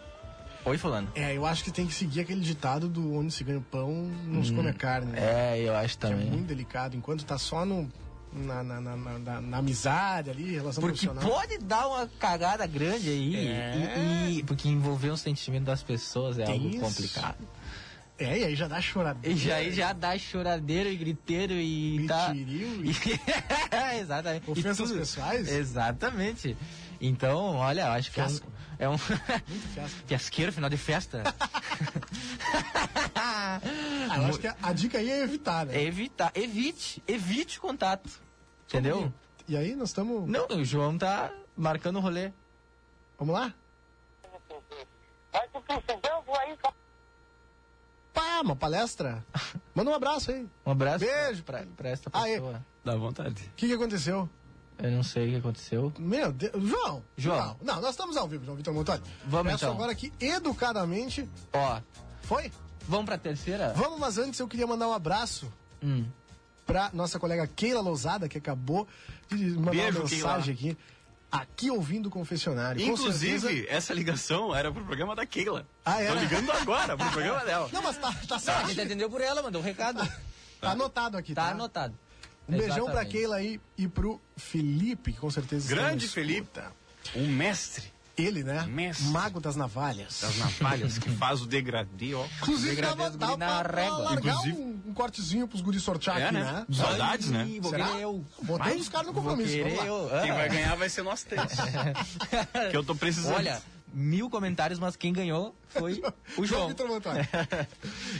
Oi, fulano. É, eu acho que tem que seguir aquele ditado do onde se ganha o pão, não se come a carne. né? Uhum. É, eu acho Que é também. muito delicado. Enquanto tá só no, na, na, na, na- na- na amizade ali, relação Porque profissional. pode dar uma cagada grande aí. É. E, e- porque envolver o sentimento das pessoas é Tem algo isso. complicado. É, e aí já dá choradeira. E já, aí já dá choradeiro e griteiro e tá. Pitiril e E- Exatamente. E Ofensas tudo- pessoais? Exatamente. Então, olha, eu acho que é um- Fiasco. é um. fiasco. Fiasqueiro, final de festa. Ah, eu acho que a, a dica aí é evitar, né? É evitar, evite, evite o contato. Entendeu? E aí nós estamos. Não, o João tá marcando o rolê. Vamos lá? Vai pro Pistão, vou aí, Pá, uma palestra. Manda um abraço aí. Um abraço. Beijo. Ah, é. pra, pra esta Aê. pessoa. Dá vontade. O que, que aconteceu? Eu não sei o que aconteceu. Meu Deus. João! João. Não, não, nós estamos ao vivo, João Vitor Montoni. Vamos, Peço então. agora que educadamente. Ó, Foi? vamos pra terceira? Vamos, mas antes eu queria mandar um abraço Hum. pra nossa colega Keila Lousada, que acabou de mandar Beijo, uma mensagem aqui. Aqui ouvindo o confessionário. Com certeza- Inclusive, essa ligação era pro programa da Keila. Ah, era? Tô ligando agora pro programa dela. Não, mas tá, tá A certo. gente atendeu por ela, mandou um recado. Tá anotado aqui, Tá tá? anotado. Um beijão pra Exatamente. Keila aí e pro Felipe, que com certeza está na Grande escuta. Felipe. Um mestre Ele, né? Mestre. Mago das navalhas. Tá das navalhas que faz o degradê, ó. Inclusive, Degradê dava, do dava guri na pra, pra régua. largar Inclusive- um, um cortezinho pros guris sortear É, aqui, né? né? Saudades, né? Ih, vou Será? querer eu. Botamos os caras no Vou compromisso. querer vamos lá. eu. Quem Ah. vai ganhar vai ser nós três. que eu tô precisando. Olha, mil comentários, mas quem ganhou foi o João. Vitor Montoni. Cara, quê?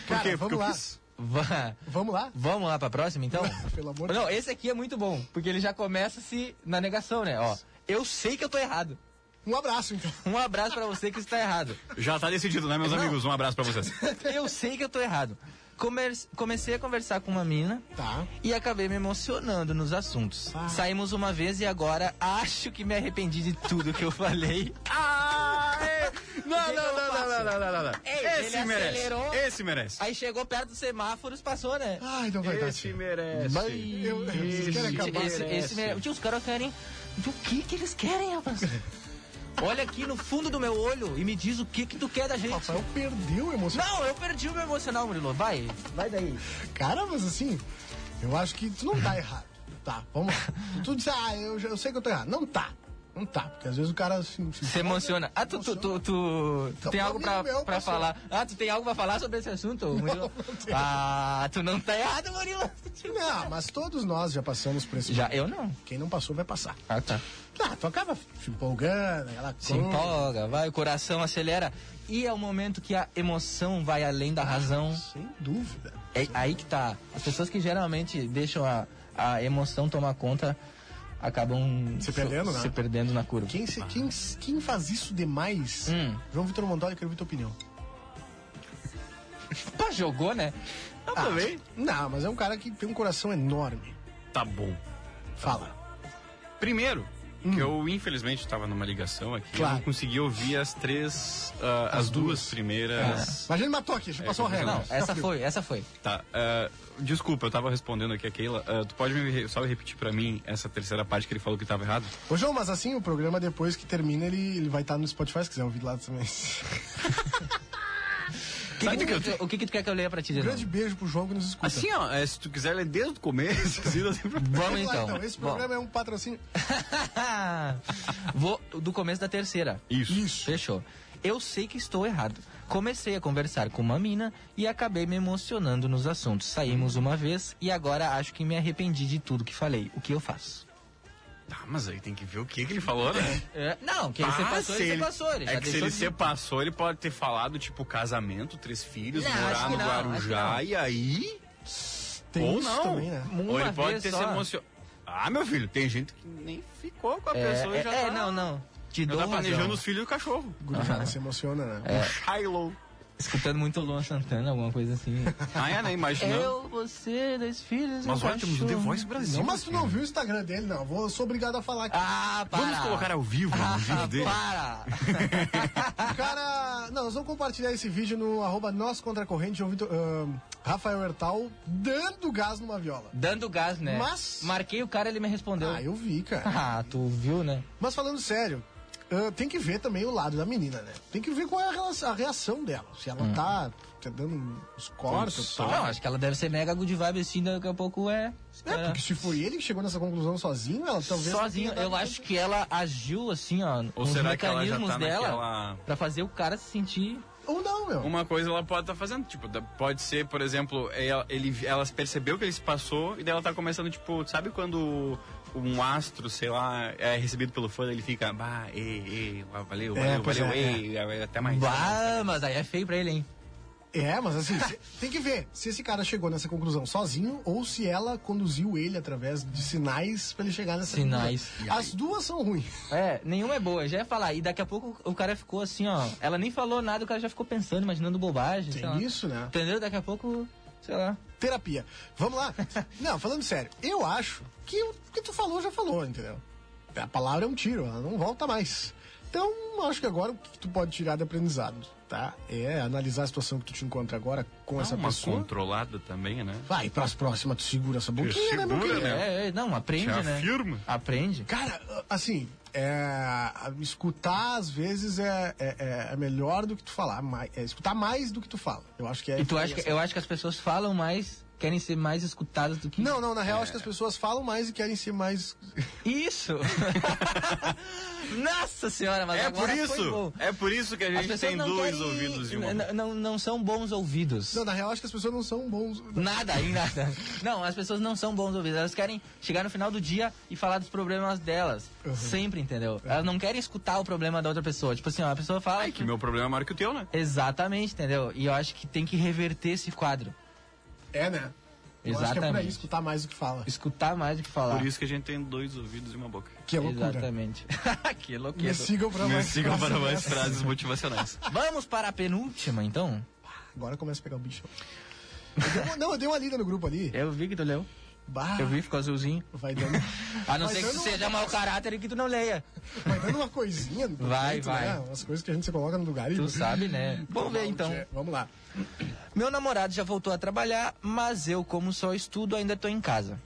Porque vamos eu lá. quis. Va- Vamos lá. Vamos lá pra próxima, então? Ah, Pelo amor de Não, esse aqui é muito bom, porque ele já começa se na negação, né? Ó, eu sei que eu tô errado. Um abraço, então. Um abraço pra você que está errado. Já tá decidido, né, meus Não. amigos? Um abraço pra vocês. Eu sei que eu tô errado. Comer- comecei a conversar com uma mina Tá. e acabei me emocionando nos assuntos. Ah. Saímos uma vez e agora acho que me arrependi de tudo que eu falei. Ah, é. O não, que que não, eu não, faço? não, não, não, não, não. Ei, Esse ele merece. acelerou. Esse merece. Aí chegou perto dos semáforos, passou, né? Ai, não Ah, então vai dar. Esse tia. merece. Vai- Eu- Vocês querem Gente, acabar? Esse, né? esse mesmo. Tio, os caras querem. O que que eles querem, rapaz? Olha aqui no fundo do meu olho e me diz o que que tu quer da gente. Rafael perdeu o emocional. Não, eu perdi o meu emocional, Murilo. Vai. Vai daí. Cara, mas assim, eu acho que tu não tá errado. Tá, vamos lá. Tu diz, ah, eu, já- eu sei que eu tô errado. Não tá. Não tá, porque às vezes o cara assim, se, se Você emociona. Ah, tu, tu, tu, tu- tu Não, tem um algo pra, amigo meu pra passou. falar. Ah, tu tem algo pra falar sobre esse assunto, Murilo? Ah, tu não tá errado, Murilo. Não, mas todos nós já passamos por esse Já, eu não. Quem não passou vai passar. Ah, tá. Ah, tu acaba se empolgando, aquela Se coisa. empolga, vai, o coração acelera. E é o momento que a emoção vai além da razão. Sem dúvida. É aí que tá. As pessoas que geralmente deixam a, a emoção tomar conta acabam Se perdendo, né? se perdendo na curva. Quem, se- quem, quem faz isso demais? Hum. João Vitor Mondoli, quero ouvir tua opinião. Pá, jogou, né? Tá também? Não, mas é um cara que tem um coração enorme. Tá bom. Fala. Primeiro, que eu infelizmente estava numa ligação aqui, Claro. eu não consegui ouvir as três, ah, as, duas, primeiras. Mas a gente matou aqui, a gente passou a regra. Não, Tá essa frio. foi, essa foi. Tá. ah, desculpa, eu tava respondendo aqui a Keila. Ah, tu pode me re- só repetir pra mim essa terceira parte que ele falou que tava errado? Ô, João, mas assim, o programa depois que termina, ele, ele vai estar no Spotify, se quiser ouvir lá também. O que, que tu, o que, que tu quer que eu leia pra ti, Um Denão? grande beijo pro João que nos escuta. Assim, ó, eh, se tu quiser ler desde o começo, assim, não tem problema. Vamos Vamos lá, então. então. Esse programa é um patrocínio. Bom, vou do começo da terceira. Isso. Fechou. Eu sei que estou errado. Comecei a conversar com uma mina e acabei me emocionando nos assuntos. Saímos uma vez e agora acho que me arrependi de tudo que falei. O que eu faço? Tá, mas aí tem que ver o que, que ele falou, né? É, não, que ele se Ah, passou, se ele se passou. Ele já é que se ele deixou assim. se de- passou, ele pode ter falado, tipo, casamento, três filhos, Não, acho morar que no não, acho Guarujá, que e aí... Tem Ou isso não. também, né? Uma ou ele vez pode ter só. se emocionado. Ah, meu filho, tem gente que nem ficou com a É, pessoa e é, já é, tá... não, não. Te Já dou tá planejando razão. os filhos do cachorro. Gurizada se emociona, né? O Shiloh. Escutando muito Luan Santana, alguma coisa assim. Ah, é, né? Imaginando. eu, você, dois filhos, Mas um olha, temos o The cachorro. Voice Brasil. Não, mas tu não viu o Instagram dele, não. Vou, sou obrigado a falar aqui. Ah, para. Ah, Vamos colocar ao vivo o vídeo dele. Para. O cara. Não, nós vamos compartilhar esse vídeo no arroba nós contra a corrente, ouvindo Rafael Hertal dando gás numa viola. Dando gás, né? Mas- Marquei o cara, ele me respondeu. Ah, eu vi, cara. Ah, tu viu, né? Mas falando sério, ah, tem que ver também o lado da menina, né? Tem que ver qual é a rela- a reação dela. Se ela tá, tá dando uns cortes e tal. Não, acho que ela deve ser mega good vibe assim, daqui a pouco é. É, porque se foi ele que chegou nessa conclusão sozinho, ela talvez. não Sozinho, tenha dado eu acho que ela agiu assim, ó, Ou os será que ela já mecanismos tá dela naquela... pra fazer o cara se sentir. Ou não, meu. Um- Uma coisa ela pode estar fazendo, tipo, da- pode ser, por exemplo, ela, ele, ela percebeu que ele se passou e daí ela tá começando, tipo, sabe quando um astro, sei lá, é recebido pelo fã, ele fica, bah, ei, ei, ah, valeu, É, valeu, pois valeu, é, ei, ah, até mais. Bah, mas aí é feio pra ele, hein? É, mas assim, cê- tem que ver se esse cara chegou nessa conclusão sozinho ou se ela conduziu ele através de sinais pra ele chegar nessa Sinais. conclusão. As duas são ruins. É, nenhuma é boa, já ia falar. E daqui a pouco o cara ficou assim, ó. Ela nem falou nada, o cara já ficou pensando, imaginando bobagem. sei lá. Tem isso, né? Entendeu? Daqui a pouco, sei lá. Terapia. Vamos lá? Não, falando sério, eu acho que o que tu falou já falou, entendeu? A palavra é um tiro, ela não volta mais. Então, acho que agora o que tu pode tirar de aprendizado, tá? É analisar a situação que tu te encontra agora com Ah, Dá essa uma pessoa. controlada também, né? Vai, pras próximas tu segura essa boquinha, né, meu Segura, querido? né? É, é, não, aprende, Te né? afirma. Aprende. Cara, assim, é, escutar às vezes é, é, é melhor do que tu falar, mais, é escutar mais do que tu fala. Eu acho que é. E tu acha que, eu acho que as pessoas falam mais, querem ser mais escutadas do que. Não, não, na real acho que É. as pessoas falam mais e querem ser mais. Isso! Nossa senhora, mas É agora por foi bom. isso, é por isso que a As gente pessoas tem não dois querem- né, ouvidos e uma. n- n- Não, não são bons ouvidos. Não, na real acho que as pessoas não são bons. Nada, em nada. Não, as pessoas não são bons ouvidos. Elas querem chegar no final do dia e falar dos problemas delas. Uhum. Sempre, entendeu? Elas não querem escutar o problema da outra pessoa. Tipo assim, ó, a pessoa fala. Ai, que meu problema é maior que o teu, né? Exatamente, entendeu? E eu acho que tem que reverter esse quadro. É, né? Eu acho que é por aí Exatamente. escutar mais do que fala. Escutar mais do que falar. Por isso que a gente tem dois ouvidos e uma boca. Que é loucura. Exatamente. que Me louqueiro. sigam pra Me mais. sigam para próximo. mais frases motivacionais. Vamos para a penúltima, então? Agora começa a pegar o bicho. Eu dei uma- não, eu dei uma lida no grupo ali. Eu vi que tu leu. Bah, Eu vi, ficou azulzinho. vai dando, A não Mas eu ser que tu não- seja mau caráter e que tu não leia. vai dando uma coisinha. no Vai, documento, vai. Né? Umas coisas que a gente se coloca no lugar e. Tu sabe, né? Vamos ver, então. Tchê, Vamos lá. Meu namorado já voltou a trabalhar, mas eu, como só estudo, ainda tô em casa.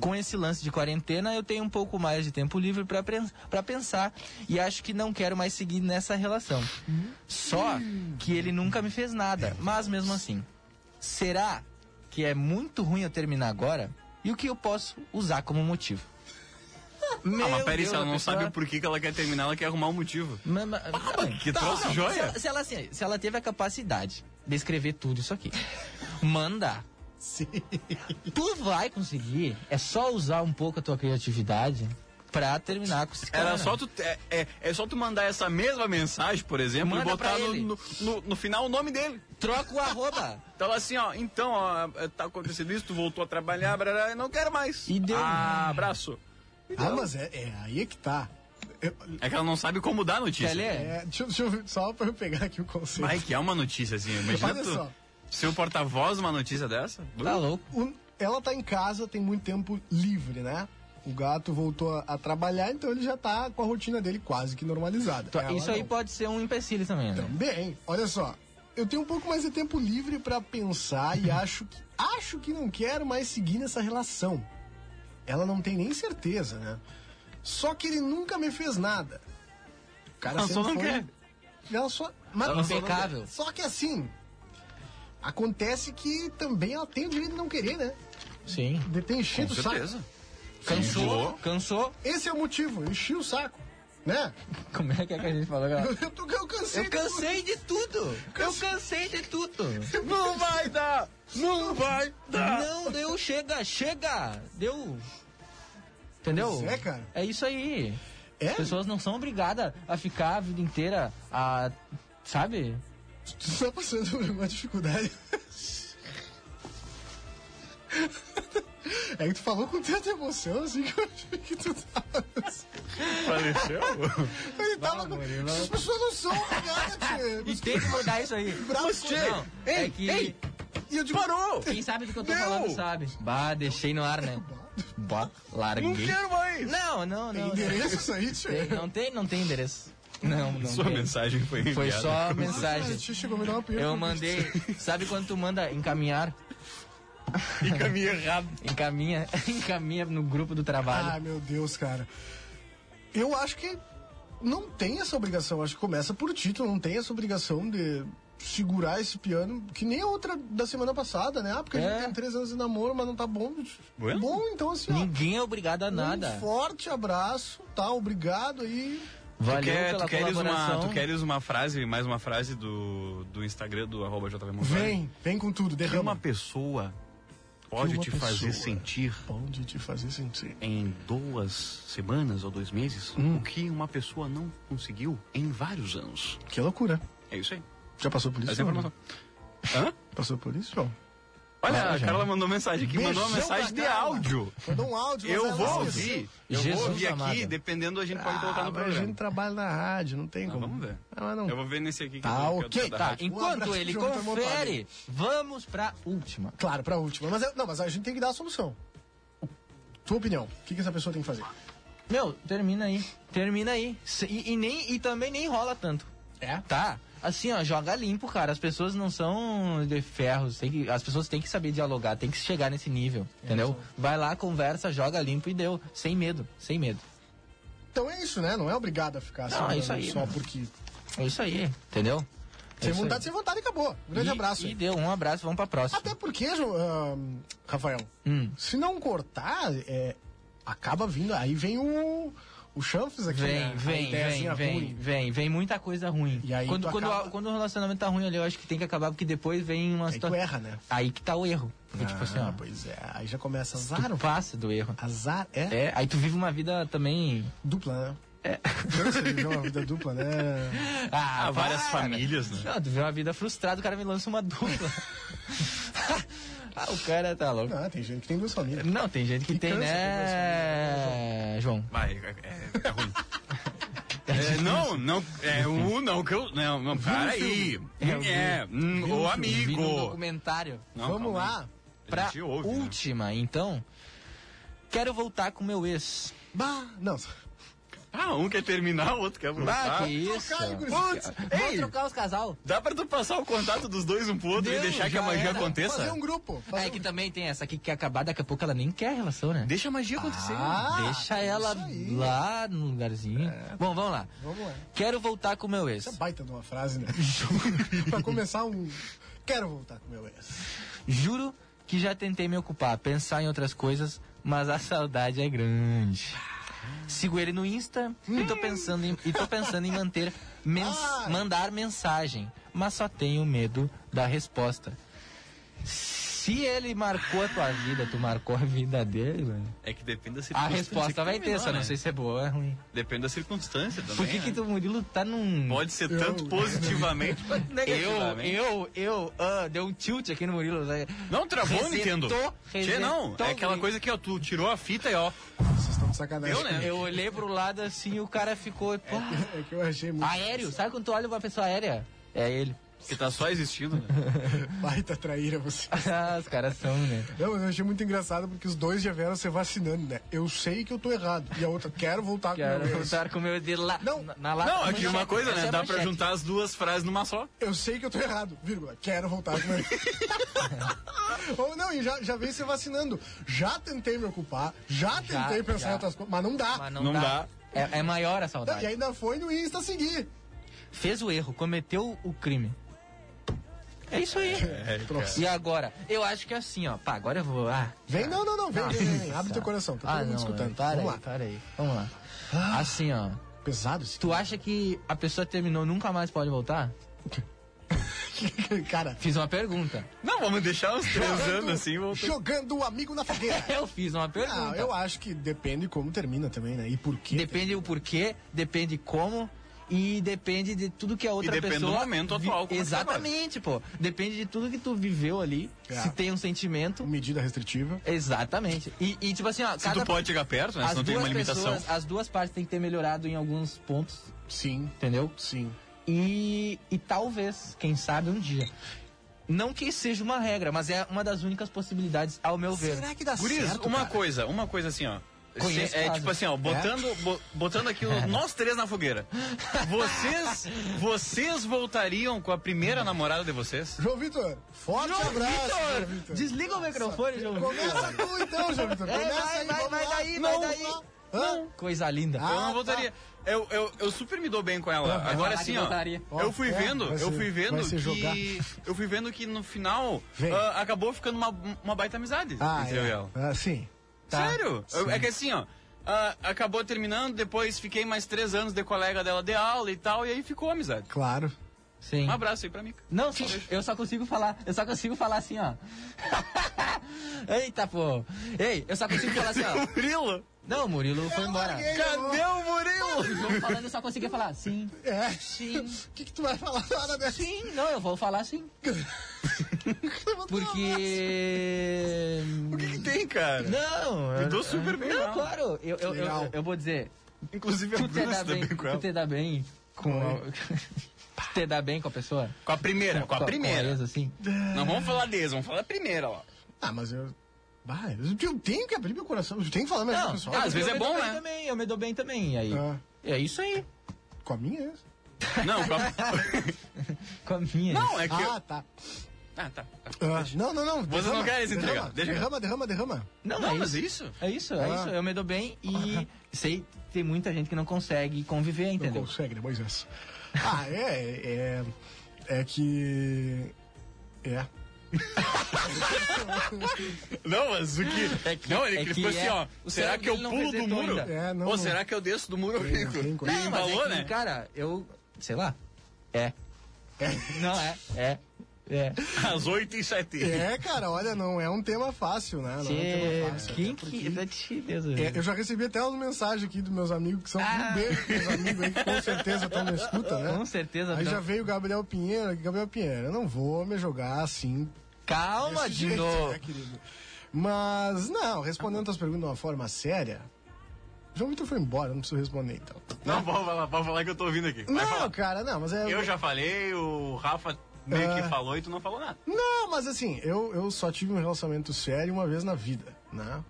Com esse lance de quarentena, eu tenho um pouco mais de tempo livre pra pren- pra pensar e acho que não quero mais seguir nessa relação. Só que ele nunca me fez nada, mas mesmo assim. Será que é muito ruim eu terminar agora? E o que eu posso usar como motivo? Meu ah, mas peraí, Deus, se ela a não pessoa- sabe o porquê que ela quer terminar, ela quer arrumar um motivo. Mas, mas- não, que não, troço não. joia. Se ela, se, ela, assim, se ela teve a capacidade de escrever tudo isso aqui, mandar. Tu vai conseguir. É só usar um pouco a tua criatividade pra terminar com esse cara. Era só tu, é, é, é só tu mandar essa mesma mensagem, por exemplo, Manda e botar pra no, ele. no, no- no final o nome dele. Troca o arroba. Então assim, ó, então, ó, tá acontecendo isso, tu voltou a trabalhar, brará, eu não quero mais. E deu. Ah, abraço. Ah, mas é, é aí é que tá. Eu- É que ela não sabe como dar a notícia. Quer ler? é, deixa, eu- deixa eu ver, só pra eu pegar aqui o conceito. Vai que é uma notícia, assim, imagina Olha tu só. ser o porta-voz de uma notícia dessa. Tá louco. O- ela tá em casa, tem muito tempo livre, né? o gato voltou a, a trabalhar, então ele já tá com a rotina dele quase que É normalizada. Tá, Ela Isso aí não. pode ser um empecilho também, né? Também. Olha só, eu tenho um pouco mais de tempo livre pra pensar e acho que acho que não quero mais seguir nessa relação. Ela não tem nem certeza, né? Só que ele nunca me fez nada. O cara Ela sempre só não foi- quer. Ela só, mas Ela só não Impecável. quer. Só que assim, acontece que também ela tem o direito de não querer, né? Sim. De ter enchido o saco. Cansou, Enjoou. cansou. Esse é o motivo, enchi o saco, né? Como é que, é que a gente falou agora? Eu, tô- eu cansei. Eu cansei de tudo! Eu cansei de tudo! Não vai dar. Não vai Não, deu, chega, chega! Deu! Entendeu? Pois é, cara. É isso aí. É? As pessoas não são obrigadas a ficar a vida inteira a. Sabe? Tu tá passando por alguma dificuldade. É que tu falou com tanta emoção, assim, que eu achei que tu tava... assim. Faleceu? Ele tava com... Murilo. As pessoas não são obrigadas, E tchê. tem que mudar isso aí. Bravos, tchê. Não, é que E eu digo... Parou! quem sabe do que eu tô Não. falando sabe. Bah, deixei no ar, né? Bah, larguei. mais! Não, não, não. não. Endereço isso aí, tchê. Tem- Não tem, não tem endereço. Não, não Sua tem. mensagem foi enviada. Foi só Cara, mensagem. tchê chegou a me dar um uma pinha. Eu mandei. Sabe quando tu manda encaminhar? Encaminho errado. Encaminha, encaminha no grupo do Ah, trabalho. meu Deus, cara. Eu acho que não tem essa obrigação. Acho que começa por título, não tem essa obrigação de segurar esse piano, que nem a outra da semana passada, né? Ah, porque a É. gente tem três anos de namoro, mas não tá bom. Bueno. Bom, então assim, ó. Ninguém é obrigado a nada. Um forte abraço, tá? Obrigado aí. Valeu Tu, quer, pela tu, queres uma, colaboração. tu queres uma frase, mais uma frase do, do Instagram do arroba JV Montari? Vem, vem com tudo, Que uma derrama. pessoa pode Que uma te fazer pessoa. sentir Onde te fazer sentir. em duas semanas ou dois meses Hum. o que uma pessoa não conseguiu em vários anos. Que loucura. É isso aí. Já passou por isso? Essa é a João? informação. Hã? Passou por isso, João? Olha, a Carla mandou mensagem aqui, mandou uma Beijão pra mensagem de Carla. áudio. Mandou um áudio. mas Eu ela vou esqueceu. ouvir. Eu Jesus vou ouvir aqui, amado. dependendo a gente pode colocar Ah, no mas A gente programa. trabalha na rádio, não tem Ah, como. vamos ver. Ah, mas não Eu vou ver nesse aqui que Tá, eu- que ok, eu tô da Tá, rádio. enquanto abraço, ele Jonathan confere, vamos pra última. Claro, pra última. Mas, é- não, mas a gente tem que dar a solução. Tua opinião. O que, que essa pessoa tem que fazer? Meu, termina aí. Termina aí. Se- E, e nem, e também nem rola tanto. É? Tá. Assim, ó, joga limpo, cara. As pessoas não são de ferros. Tem que, as pessoas têm que saber dialogar, tem que chegar nesse nível, É entendeu? Vai lá, conversa, joga limpo e deu. Sem medo, sem medo. Então é isso, né? Não é obrigado a ficar Não, é isso aí, só né? porque É isso aí, entendeu? É sem isso vontade, sem vontade, acabou. Um grande E- abraço. E aí. deu, um abraço, vamos pra próxima. Até porque, Jo- ahn, Rafael, Hum. se não cortar, é, acaba vindo. Aí vem o, o chanfes aqui. né? Vem, A vem, ideiazinha vem, vem, ruim. vem, vem muita coisa ruim. E aí quando, tu quando, acaba- a- quando o relacionamento tá ruim ali, eu acho que tem que acabar, porque depois vem uma Aí tu situação. erra, né? Aí que tá o erro. Porque, tipo assim, ó, Ah, pois é. Aí já começa azar. tu passa do erro. Azar é, É, aí tu vive uma vida também. dupla, né? É. Você viveu uma vida dupla, né? Ah, Ah, várias para. famílias, né? Não, tu vive uma vida frustrada, o cara me lança uma dupla. ah, o cara tá louco. Não, tem gente que tem duas famílias. Não, tem gente que, Que tem, cansa né, João? Vai, é, é- é ruim. É, não, não, é o não que eu. Não, não, para aí. filme. É, hum, Viu, o João? Vi num amigo. documentário. Não, Vamos calma aí. lá. pra gente ouve, né? última, então. Quero voltar com meu ex. Bah, não. Ah, um quer terminar, o outro quer Bah, voltar. Ah, que isso. Trocar, hein, guri? Putz, Vamos ei, trocar os casal. dá pra tu passar o contato dos dois um pro outro Deu, e deixar que a já magia era. Fazer aconteça? um grupo. Fazer É que também tem essa aqui que quer acabar, daqui a pouco ela nem quer relação, né? Deixa a magia acontecer. Ah, Deixa ela isso aí. lá no lugarzinho. Bom, vamos lá. Vamos lá. Quero voltar com meu ex. Isso é baita de uma frase, né? pra começar um... Quero voltar com meu ex. Juro que já tentei me ocupar, pensar em outras coisas, mas a saudade é grande. Sigo ele no Insta e tô pensando em, e tô pensando em manter mens- Ai. mandar mensagem, mas só tenho medo da resposta. Se ele marcou a tua vida, tu marcou a vida dele, velho, É que depende da a circunstância. resposta que vai ter, terminou, só não né? sei se é boa ou é ruim. Depende da circunstância também. Por que que né? tu, Murilo, tá num... Pode ser tanto positivamente quanto Eu, negativamente. eu, eu, ah, deu um tilt aqui no Murilo. né? Não, travou, Resetou, Nintendo. Tchê, não, resetou, é aquela guri. coisa que ó, tu tirou a fita e ó. Vocês estão de sacanagem. Eu, né? Eu olhei pro lado assim e o cara ficou. pô, Ah. É que eu achei muito... aéreo, sabe quando tu olha pra pessoa aérea? É ele. Que tá só existindo, né? Baita traíra você. Ah, os caras são, né? Não, mas eu achei muito engraçado porque os dois já vieram se vacinando, né? Eu sei que eu tô errado. E a outra, quero voltar Quero com o meu ex. voltar com o meu dedo lá. Não. na, na lata. Não, aqui uma coisa, Essa né? é a Dá pra manchete. juntar as duas frases numa só. Eu sei que eu tô errado, vírgula. Quero voltar com meu ex. Ou não, e já, já vem se vacinando. Já tentei me ocupar, já Já, tentei pensar em já. outras coisas, mas não dá. Mas não, Não dá. dá. É, é maior a Não, saudade. e ainda foi no Insta seguir. Fez o erro, cometeu o crime. É isso aí. E agora? Eu acho que é assim, ó. Pá, agora eu vou. Ah, Vem, não, não, não, vem, vem, vem, vem. Abre teu coração, tá todo ah mundo não, escutando. Para Vamos aí, lá. para aí. Vamos lá. Assim, ó. Pesado esse Tu acha que a pessoa terminou nunca mais pode voltar? cara. Fiz uma pergunta. Não, vamos deixar uns três anos assim. vou- jogando o amigo na fogueira. Eu fiz uma pergunta. Ah, eu acho que depende como termina também, né? E por quê? Depende o porquê, depende como e depende de tudo que a outra depende do pessoa. momento vi- atual, como é que Exatamente, pô. Depende de tudo que tu viveu ali. É. Se tem um sentimento. Medida restritiva. Exatamente. E, e, tipo assim, ó, Se tu pode chegar perto, né? Se as não tem duas uma limitação. pessoas- Tá as duas partes têm que ter melhorado em alguns pontos, Sim, entendeu? sim. E, e talvez, quem sabe, um dia. Não que seja uma regra, mas é uma das únicas possibilidades, ao meu ver. que dá Guris, uma coisa, uma coisa assim, ó. Conheço Se- é casos. tipo assim, ó, botando, bo- botando aqui o- nós três na fogueira. Vocês, vocês voltariam com a primeira namorada de vocês? João Vitor, forte João abraço, João Vitor, Vitor. desliga o microfone, João Vitor. Começa tu então, João Vitor. Começa É, vai, aí, vai, vamos vai lá. daí, vai Não, daí. Hã? Coisa linda. Ah, Então eu tá. não voltaria. Eu, eu, eu super me dou bem com ela. Aham. Agora Falar que sim, ó. voltaria. Ó, Eu fui é, vendo, vai eu ser- vai fui vendo ser que. jogar. Eu fui vendo que no final Vem. ah, acabou ficando uma, uma baita amizade Ah, entre eu e é. ela. Ah, sim. Sério? Eu- é que assim, ó. ah, acabou terminando, depois fiquei mais três anos de colega dela de aula e tal, e aí ficou a amizade. Claro. Sim. Um abraço aí pra mim. Não, só- eu só consigo falar, eu só consigo falar assim, ó. Eita, pô. Ei, eu só consigo falar assim, ó. Murilo? Não, Murilo foi embora. larguei. Cadê o Murilo? Tô falando, eu só conseguia falar sim. É. Sim. O que, que tu vai falar na hora dessa? Sim, não, eu vou falar sim. Porque. O que, que tem, cara? Não, eu- dou super bem com Não, ela. claro, eu, eu, eu, Legal. eu, vou dizer. Inclusive a Tu te Bruna dá se dá bem, bem com tu ela. te dá bem com. a- Tu te dá bem com a pessoa? Com a primeira, com a primeira. ex, assim. Não vamos falar deles, vamos falar da primeira, ó. Ah, mas eu. Vai, eu tenho que abrir meu coração. Eu tenho que falar mesmo com o pessoal. às vezes eu é me dou bom, bem né? Também, eu me dou bem também. E aí? Ah, É isso aí. com a minha é ex. Não, com a... Com a minha. Não, é que. eu- Ah, tá. Ah, tá. Ah, não, não, não. Vocês não querem se Derrama, entregar. Deixa eu- derrama, derrama, derrama. Não, Não, é mas isso. isso? É isso, Ah. é Ah. isso. Eu me dou bem e sei que tem muita gente que não consegue conviver, entendeu? Não consegue, né, Moisés? Ah, é, é. É que. É. Não, mas o que. não, ele é que ficou é- assim, ó. o Será cérebro que eu dele não pulo do resetou muro? ainda. É, não, Ou não. será que eu desço do muro? Tem, Rico? tem coisa. Ele Não, mas embalou, é que, né? Cara, eu. Sei lá. É. Não, é. É. É. Às 8 e 7 É, cara, olha, não é um tema fácil, né? Não é um tema fácil. Quem até porque- que. Da te- Deus, eu- É, eu já recebi até umas mensagens aqui dos meus amigos, que são Ah. um beijo pros meus amigos aí, que com certeza estão na escuta, né? Com certeza. Aí não. já veio o Gabriel Pinheiro, aqui, Gabriel Pinheiro, eu não vou me jogar assim Calma, desse jeito, Dino. né, querido? Mas, não, respondendo as perguntas de uma forma séria, João Vitor foi embora, não preciso responder então. Não, pode falar, pode falar que eu tô ouvindo aqui. Vai Não, falar. cara, não, mas é. Eu já falei, o Rafa meio Ah. que falou e tu não falou nada. Não, mas assim, eu, eu só tive um relacionamento sério uma vez na vida, né?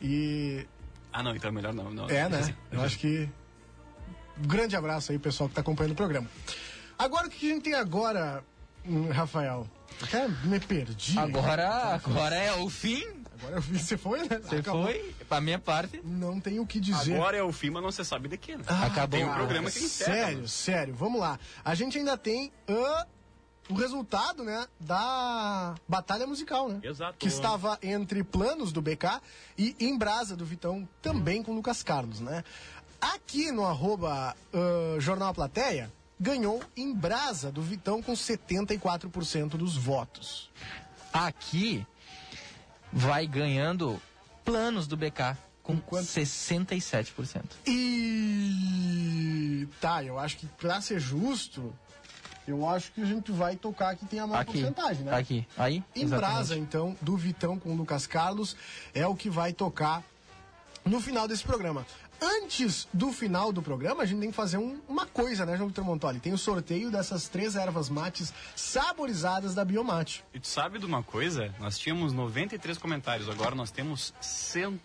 E. Ah, não, então é melhor não. não. É, né? Eu acho que. Um grande abraço aí, pessoal que tá acompanhando o programa. Agora, o que a gente tem agora, hum, Rafael? Até me tá perdi. Agora, agora é o fim. Agora eu vi, você foi, né? Você foi? Pra minha parte. Não tenho o que dizer. Agora é o fim, mas não se sabe de quê, né? acabou tem um o programa que encerra. Sério, mano. sério, vamos lá. A gente ainda tem ah, o resultado, né, da batalha musical, né? Exato. Que estava entre planos do BK e em brasa do Vitão, também com Lucas Carlos, né? Aqui no arroba ah, Jornal A Plateia, ganhou em brasa do Vitão com 74% dos votos. Aqui vai ganhando planos do BK com quanto? 67%. E tá, eu acho que pra ser justo, eu acho que a gente vai tocar que tem a maior Aqui. porcentagem, né? Aqui. Aí. Em exatamente. brasa, então, do Vitão com o Lucas Carlos, é o que vai tocar no final desse programa. Antes do final do programa, a gente tem que fazer um- uma coisa, né, João Vitor Montoli? Tem o sorteio dessas três ervas mates saborizadas da Biomate. E tu sabe de uma coisa? Nós tínhamos 93 comentários, agora nós temos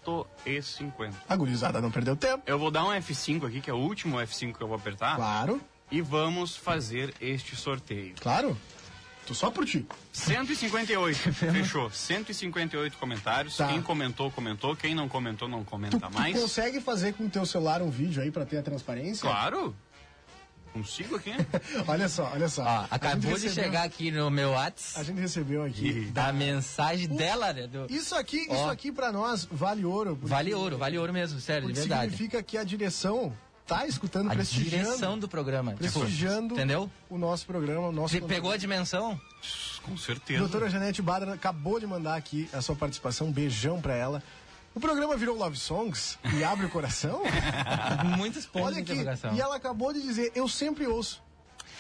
150. A gurizada não perdeu tempo, Eu vou dar um F5 aqui, que é o último F5 que eu vou apertar. claro. E vamos fazer este sorteio. Claro. Tô só por ti. 158. Fechou. 158 comentários. Tá. Quem comentou, comentou. Quem não comentou, não Tu, comenta tu mais. consegue fazer com o teu celular um vídeo aí pra ter a transparência? Claro. Consigo aqui? Olha só, olha só. Ó, A acabou gente de recebeu- chegar aqui no meu A Whats gente recebeu aqui. da mensagem dela, né? do- Isso aqui, Ó. isso aqui pra nós vale ouro. porque- Vale ouro, vale ouro mesmo, sério, de porque É verdade. significa que a direção tá escutando, A prestigiando, direção do programa. tipo, prestigiando né? entendeu? o nosso programa, o nosso Você pegou a dimensão? Com certeza. Doutora Janete Badra acabou de mandar aqui a sua participação, um beijão pra ela. O programa virou Love Songs e abre o coração? Muitos pontos Olha de aqui, interrogação. e é ela acabou de dizer, eu sempre ouço.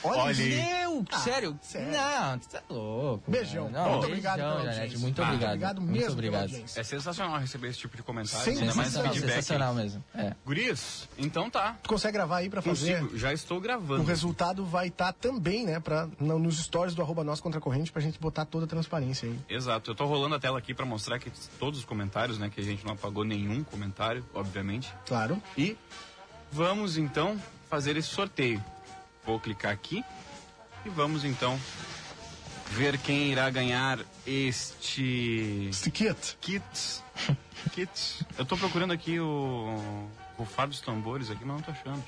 Olha, Olha isso. aí. Meu, Ah, sério? sério. Não, você tá louco. Beijão. cara. Não, muito beijão, obrigado pela Janete, audiência. muito Ah, obrigado. mesmo muito pela obrigado. audiência. É sensacional receber esse tipo de comentário. Sem Ainda mais Sensacional, Sensacional, feedback. sensacional mesmo. É. Guris, então tá. Tu consegue gravar aí pra fazer? Consigo. Já estou O gravando. resultado vai estar também, né, pra, no- nos stories do arroba nós contra a corrente pra gente botar toda a transparência aí. Exato, eu tô rolando a tela aqui pra mostrar que todos os comentários, né, que a gente não apagou nenhum comentário, obviamente. Claro. E vamos então fazer esse sorteio. Vou clicar aqui e vamos então ver quem irá ganhar este Sticket. kit. Kit. Eu tô procurando aqui o o fado dos tambores aqui, mas não tô achando.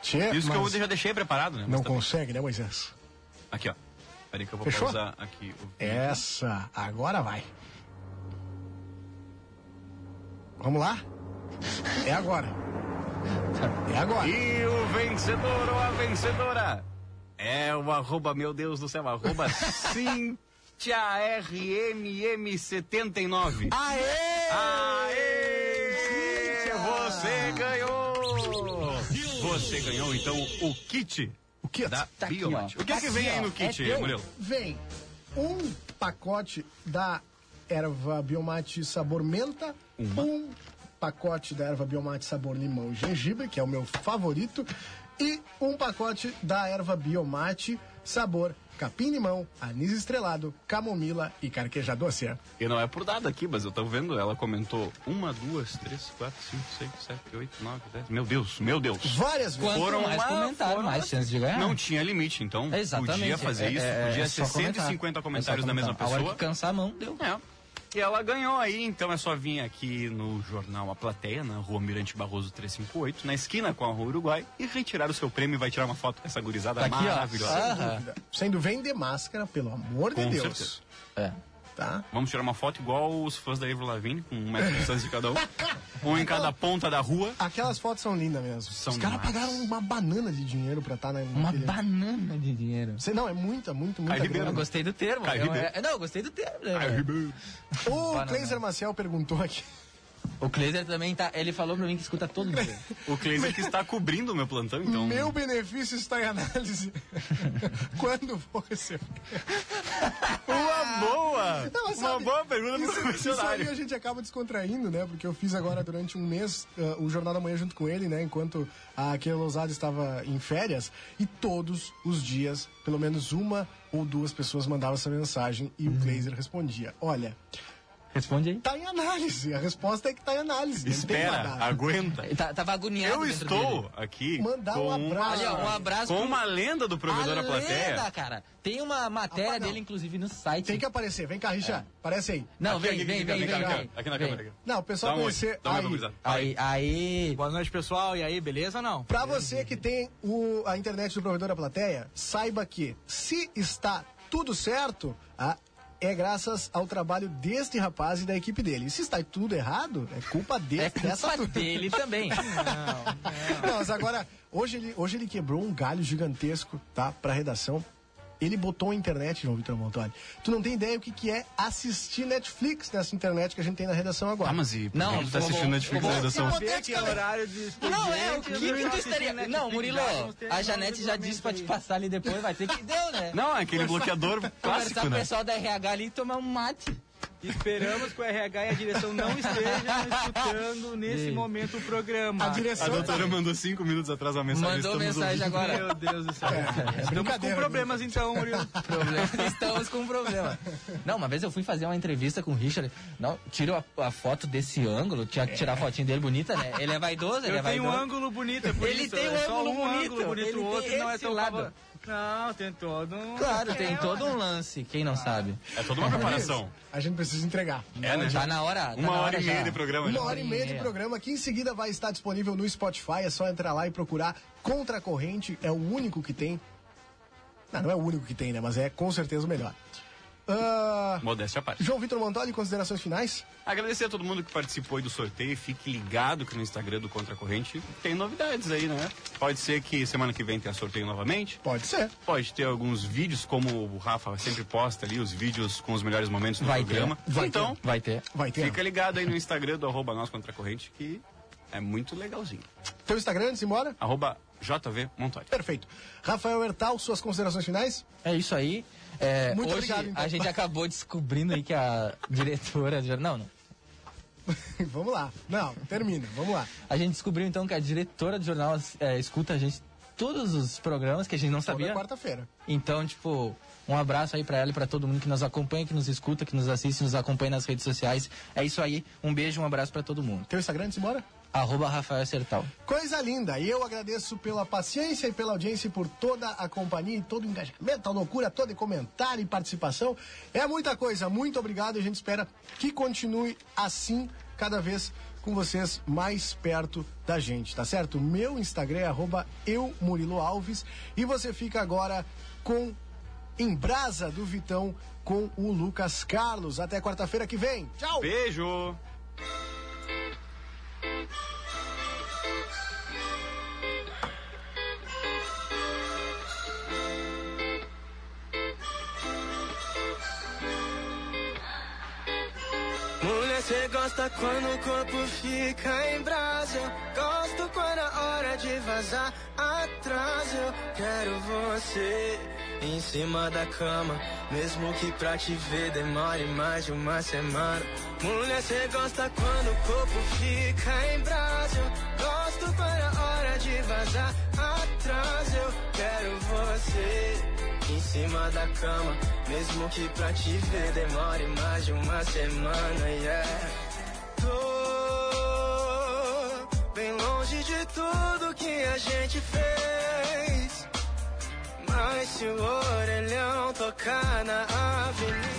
Tchê, Isso É, mas que eu já deixei preparado, né? Mas não tá bem. consegue, né, Moisés? Aqui, ó. Peraí que eu vou Fechou? pausar aqui o Essa, agora vai. Vamos lá? É agora. É agora. E o vencedor ou a vencedora é o arroba, meu Deus do céu, arroba CintiaRMM79. Aê! Você ganhou! Você ganhou, então, o kit O que? da Tá aqui, Biomate. ó. O que é que Tá vem aqui, aí ó. no kit, É teu. Murilo? Vem um pacote da erva biomate sabor menta, um pacote da erva biomate sabor limão e gengibre, que é o meu favorito, e um pacote da erva biomate sabor capim-limão, anis estrelado, camomila e carqueja doce. E não é por nada aqui, mas eu tô vendo, ela comentou uma, duas, três, quatro, cinco, seis, sete, oito, nove, dez. Meu Deus, meu Deus. Várias vezes. Quanto Foram mais lá, comentário, foram mais lá. chance de ganhar. Não tinha limite, então Exatamente. podia fazer É, isso, é, podia é ser só comentar. 150 comentários É só da mesma comentar. A hora pessoa. que cansar a mão, deu. É. E ela ganhou aí, então é só vir aqui no jornal A Plateia, na rua Mirante Barroso 358, na esquina com a rua Uruguai, e retirar o seu prêmio e vai tirar uma foto com essa gurizada Tá aqui, ó. maravilhosa. Aham. Sendo vender máscara, pelo amor de Com Deus. certeza. É. Tá? Vamos tirar uma foto igual os fãs da Evo Lavigne, com um metro de distância de cada um. um em cada ponta da rua. Aquelas fotos são lindas mesmo. São Os caras demais. pagaram uma banana de dinheiro pra estar na. Uma naquele- banana de dinheiro. Sei, não, é muita, muito, muita. Aí, grana. Eu gostei do termo. Caio Eu- Ribeiro. é- não, eu gostei do termo. né, velho? O Banana. Cleiser Maciel perguntou aqui. O Cleiser também tá. Ele falou pra mim que escuta todo dia. O Cleiser que está cobrindo o meu plantão, então. Meu benefício está em análise. Quando vou receber? Uma boa! Ah! Não, mas uma sabe, boa Isso, pergunta pro isso aí a funcionário. gente acaba descontraindo, né? Porque eu fiz agora durante um mês ah, o Jornal da Manhã junto com ele, né? Enquanto a Keila Lousada estava em férias. E todos os dias, pelo menos uma ou duas pessoas mandavam essa mensagem e Uhum. o Glazer respondia. Olha, Responde aí. tá em análise. A resposta é que tá em análise. não tem Espera, nada. aguenta. Ele tá- tava agoniado. Eu dentro estou dele. aqui Mandar com um abraço. Ali, ó, um abraço com pro- uma lenda do provedor da a plateia. lenda, cara. Tem uma matéria Ah, não. dele, inclusive, no site. Tem que aparecer. Vem cá, Richard. É. Aparece aí. Não, Aqui, vem, aqui, vem, aqui, vem, aqui, vem, aqui, vem. aqui, aqui na Vem. câmera. aqui. Não, o pessoal Dá um oi, conhecer. dá um oi aí. pra gurizada. Aí, aí. Boa noite, pessoal. E aí, beleza ou não? Pra você que tem o- a internet do provedor da plateia, saiba que se está tudo certo, a- é graças ao trabalho deste rapaz e da equipe dele. E se está tudo errado, é culpa dele. É culpa dele também. Não, mas agora, hoje ele, hoje ele quebrou um galho gigantesco, tá? Pra redação. Ele botou a internet, João Vitor Montoni. Tu não tem ideia o que, que é assistir Netflix nessa internet que a gente tem na redação agora. Ah, mas e Não, não, tu tá eu vou- assistindo eu Netflix vou- na redação? Vê que é horário de Não, é, o expediente, que, que não tu assiste estaria. Netflix, Não, Murilo, já não tem a nenhum Janete já disse pra te passar ali depois, vai ter que deu, né? Não, é aquele bloqueador Conversar clássico, com o né? pessoal da RH ali e tomar um mate. Esperamos que o RH e a direção não estejam escutando nesse Ei. momento o programa. A A direção tá... doutora mandou cinco minutos atrás uma mensagem. Mandou estamos mensagem ouvindo. agora. Meu Deus do céu. É, Estamos com brincadeira, problemas então, Murilo. Problema. Estamos com um problema. Não, uma vez eu fui fazer uma entrevista com o Richard. Não, tiro a, a foto desse ângulo. Tinha que tirar a fotinha dele bonita, né? Ele é vaidoso, ele é Eu tenho um vaidoso. ângulo bonito, é por Ele isso. tem um é só ângulo um bonito, ângulo bonito, ele o tem outro não é esse tão lado. favor- Não, tem todo um... Claro, tem todo um lance, quem não sabe. É toda uma preparação. A gente precisa entregar. É, né? Tá na hora. tá Uma na hora e meia já. de programa. né? já. Uma hora e meia de programa que em seguida vai estar disponível no Spotify. É só entrar lá e procurar Contra a Corrente. É o único que tem. Não, não é o único que tem, né? Mas é com certeza o melhor. Ah, Modéstia à parte. João Vitor Montoli, considerações finais? Agradecer a todo mundo que participou aí do sorteio. Fique ligado que no Instagram do Contra a Corrente tem novidades aí, né? Pode ser que semana que vem tenha sorteio novamente. Pode ser. Pode ter alguns vídeos, como o Rafa sempre posta ali, os vídeos com os melhores momentos do Vai ter. programa. Vai então, Vai ter. Vai ter. fica ligado aí no Instagram do arroba nós contra a corrente, que é muito legalzinho. Teu Instagram, antes de ir embora? Arroba JV Montori. Perfeito. Rafael Hertal, suas considerações finais? É isso aí. É, Muito hoje obrigado, então. a gente acabou descobrindo aí que a diretora. de- Não, não. Vamos lá. Não, termina. Vamos lá. A gente descobriu então que a diretora do jornal é, escuta a gente todos os programas que a gente não Toda sabia. quarta-feira. Então, tipo, um abraço aí pra ela e pra todo mundo que nos acompanha, que nos escuta, que nos assiste, nos acompanha nas redes sociais. É isso aí. Um beijo, um abraço pra todo mundo. Teu Instagram, antes de ir embora? Arroba Rafael Sertal. Coisa linda, e eu agradeço pela paciência e pela audiência e por toda a companhia e todo o engajamento, a loucura toda e comentário e participação. É muita coisa, muito obrigado e a gente espera que continue assim, cada vez com vocês mais perto da gente, tá certo? Meu Instagram é arroba eu, Murilo Alves, e você fica agora com Em Brasa do Vitão com o Lucas Carlos. Até quarta-feira que vem. Tchau! Beijo! Mulher, cê gosta quando o corpo fica em brasa. Eu gosto quando a hora de vazar atrás. Eu quero você em cima da cama. Mesmo que pra te ver demore mais de uma semana. Mulher, cê gosta quando o corpo fica em brasa. Eu gosto quando a hora de vazar atrás. Eu quero você em cima da cama. Mesmo que pra te ver demore mais de uma semana, yeah. Tô bem longe de tudo que a gente fez. Mas se o orelhão tocar na avenida.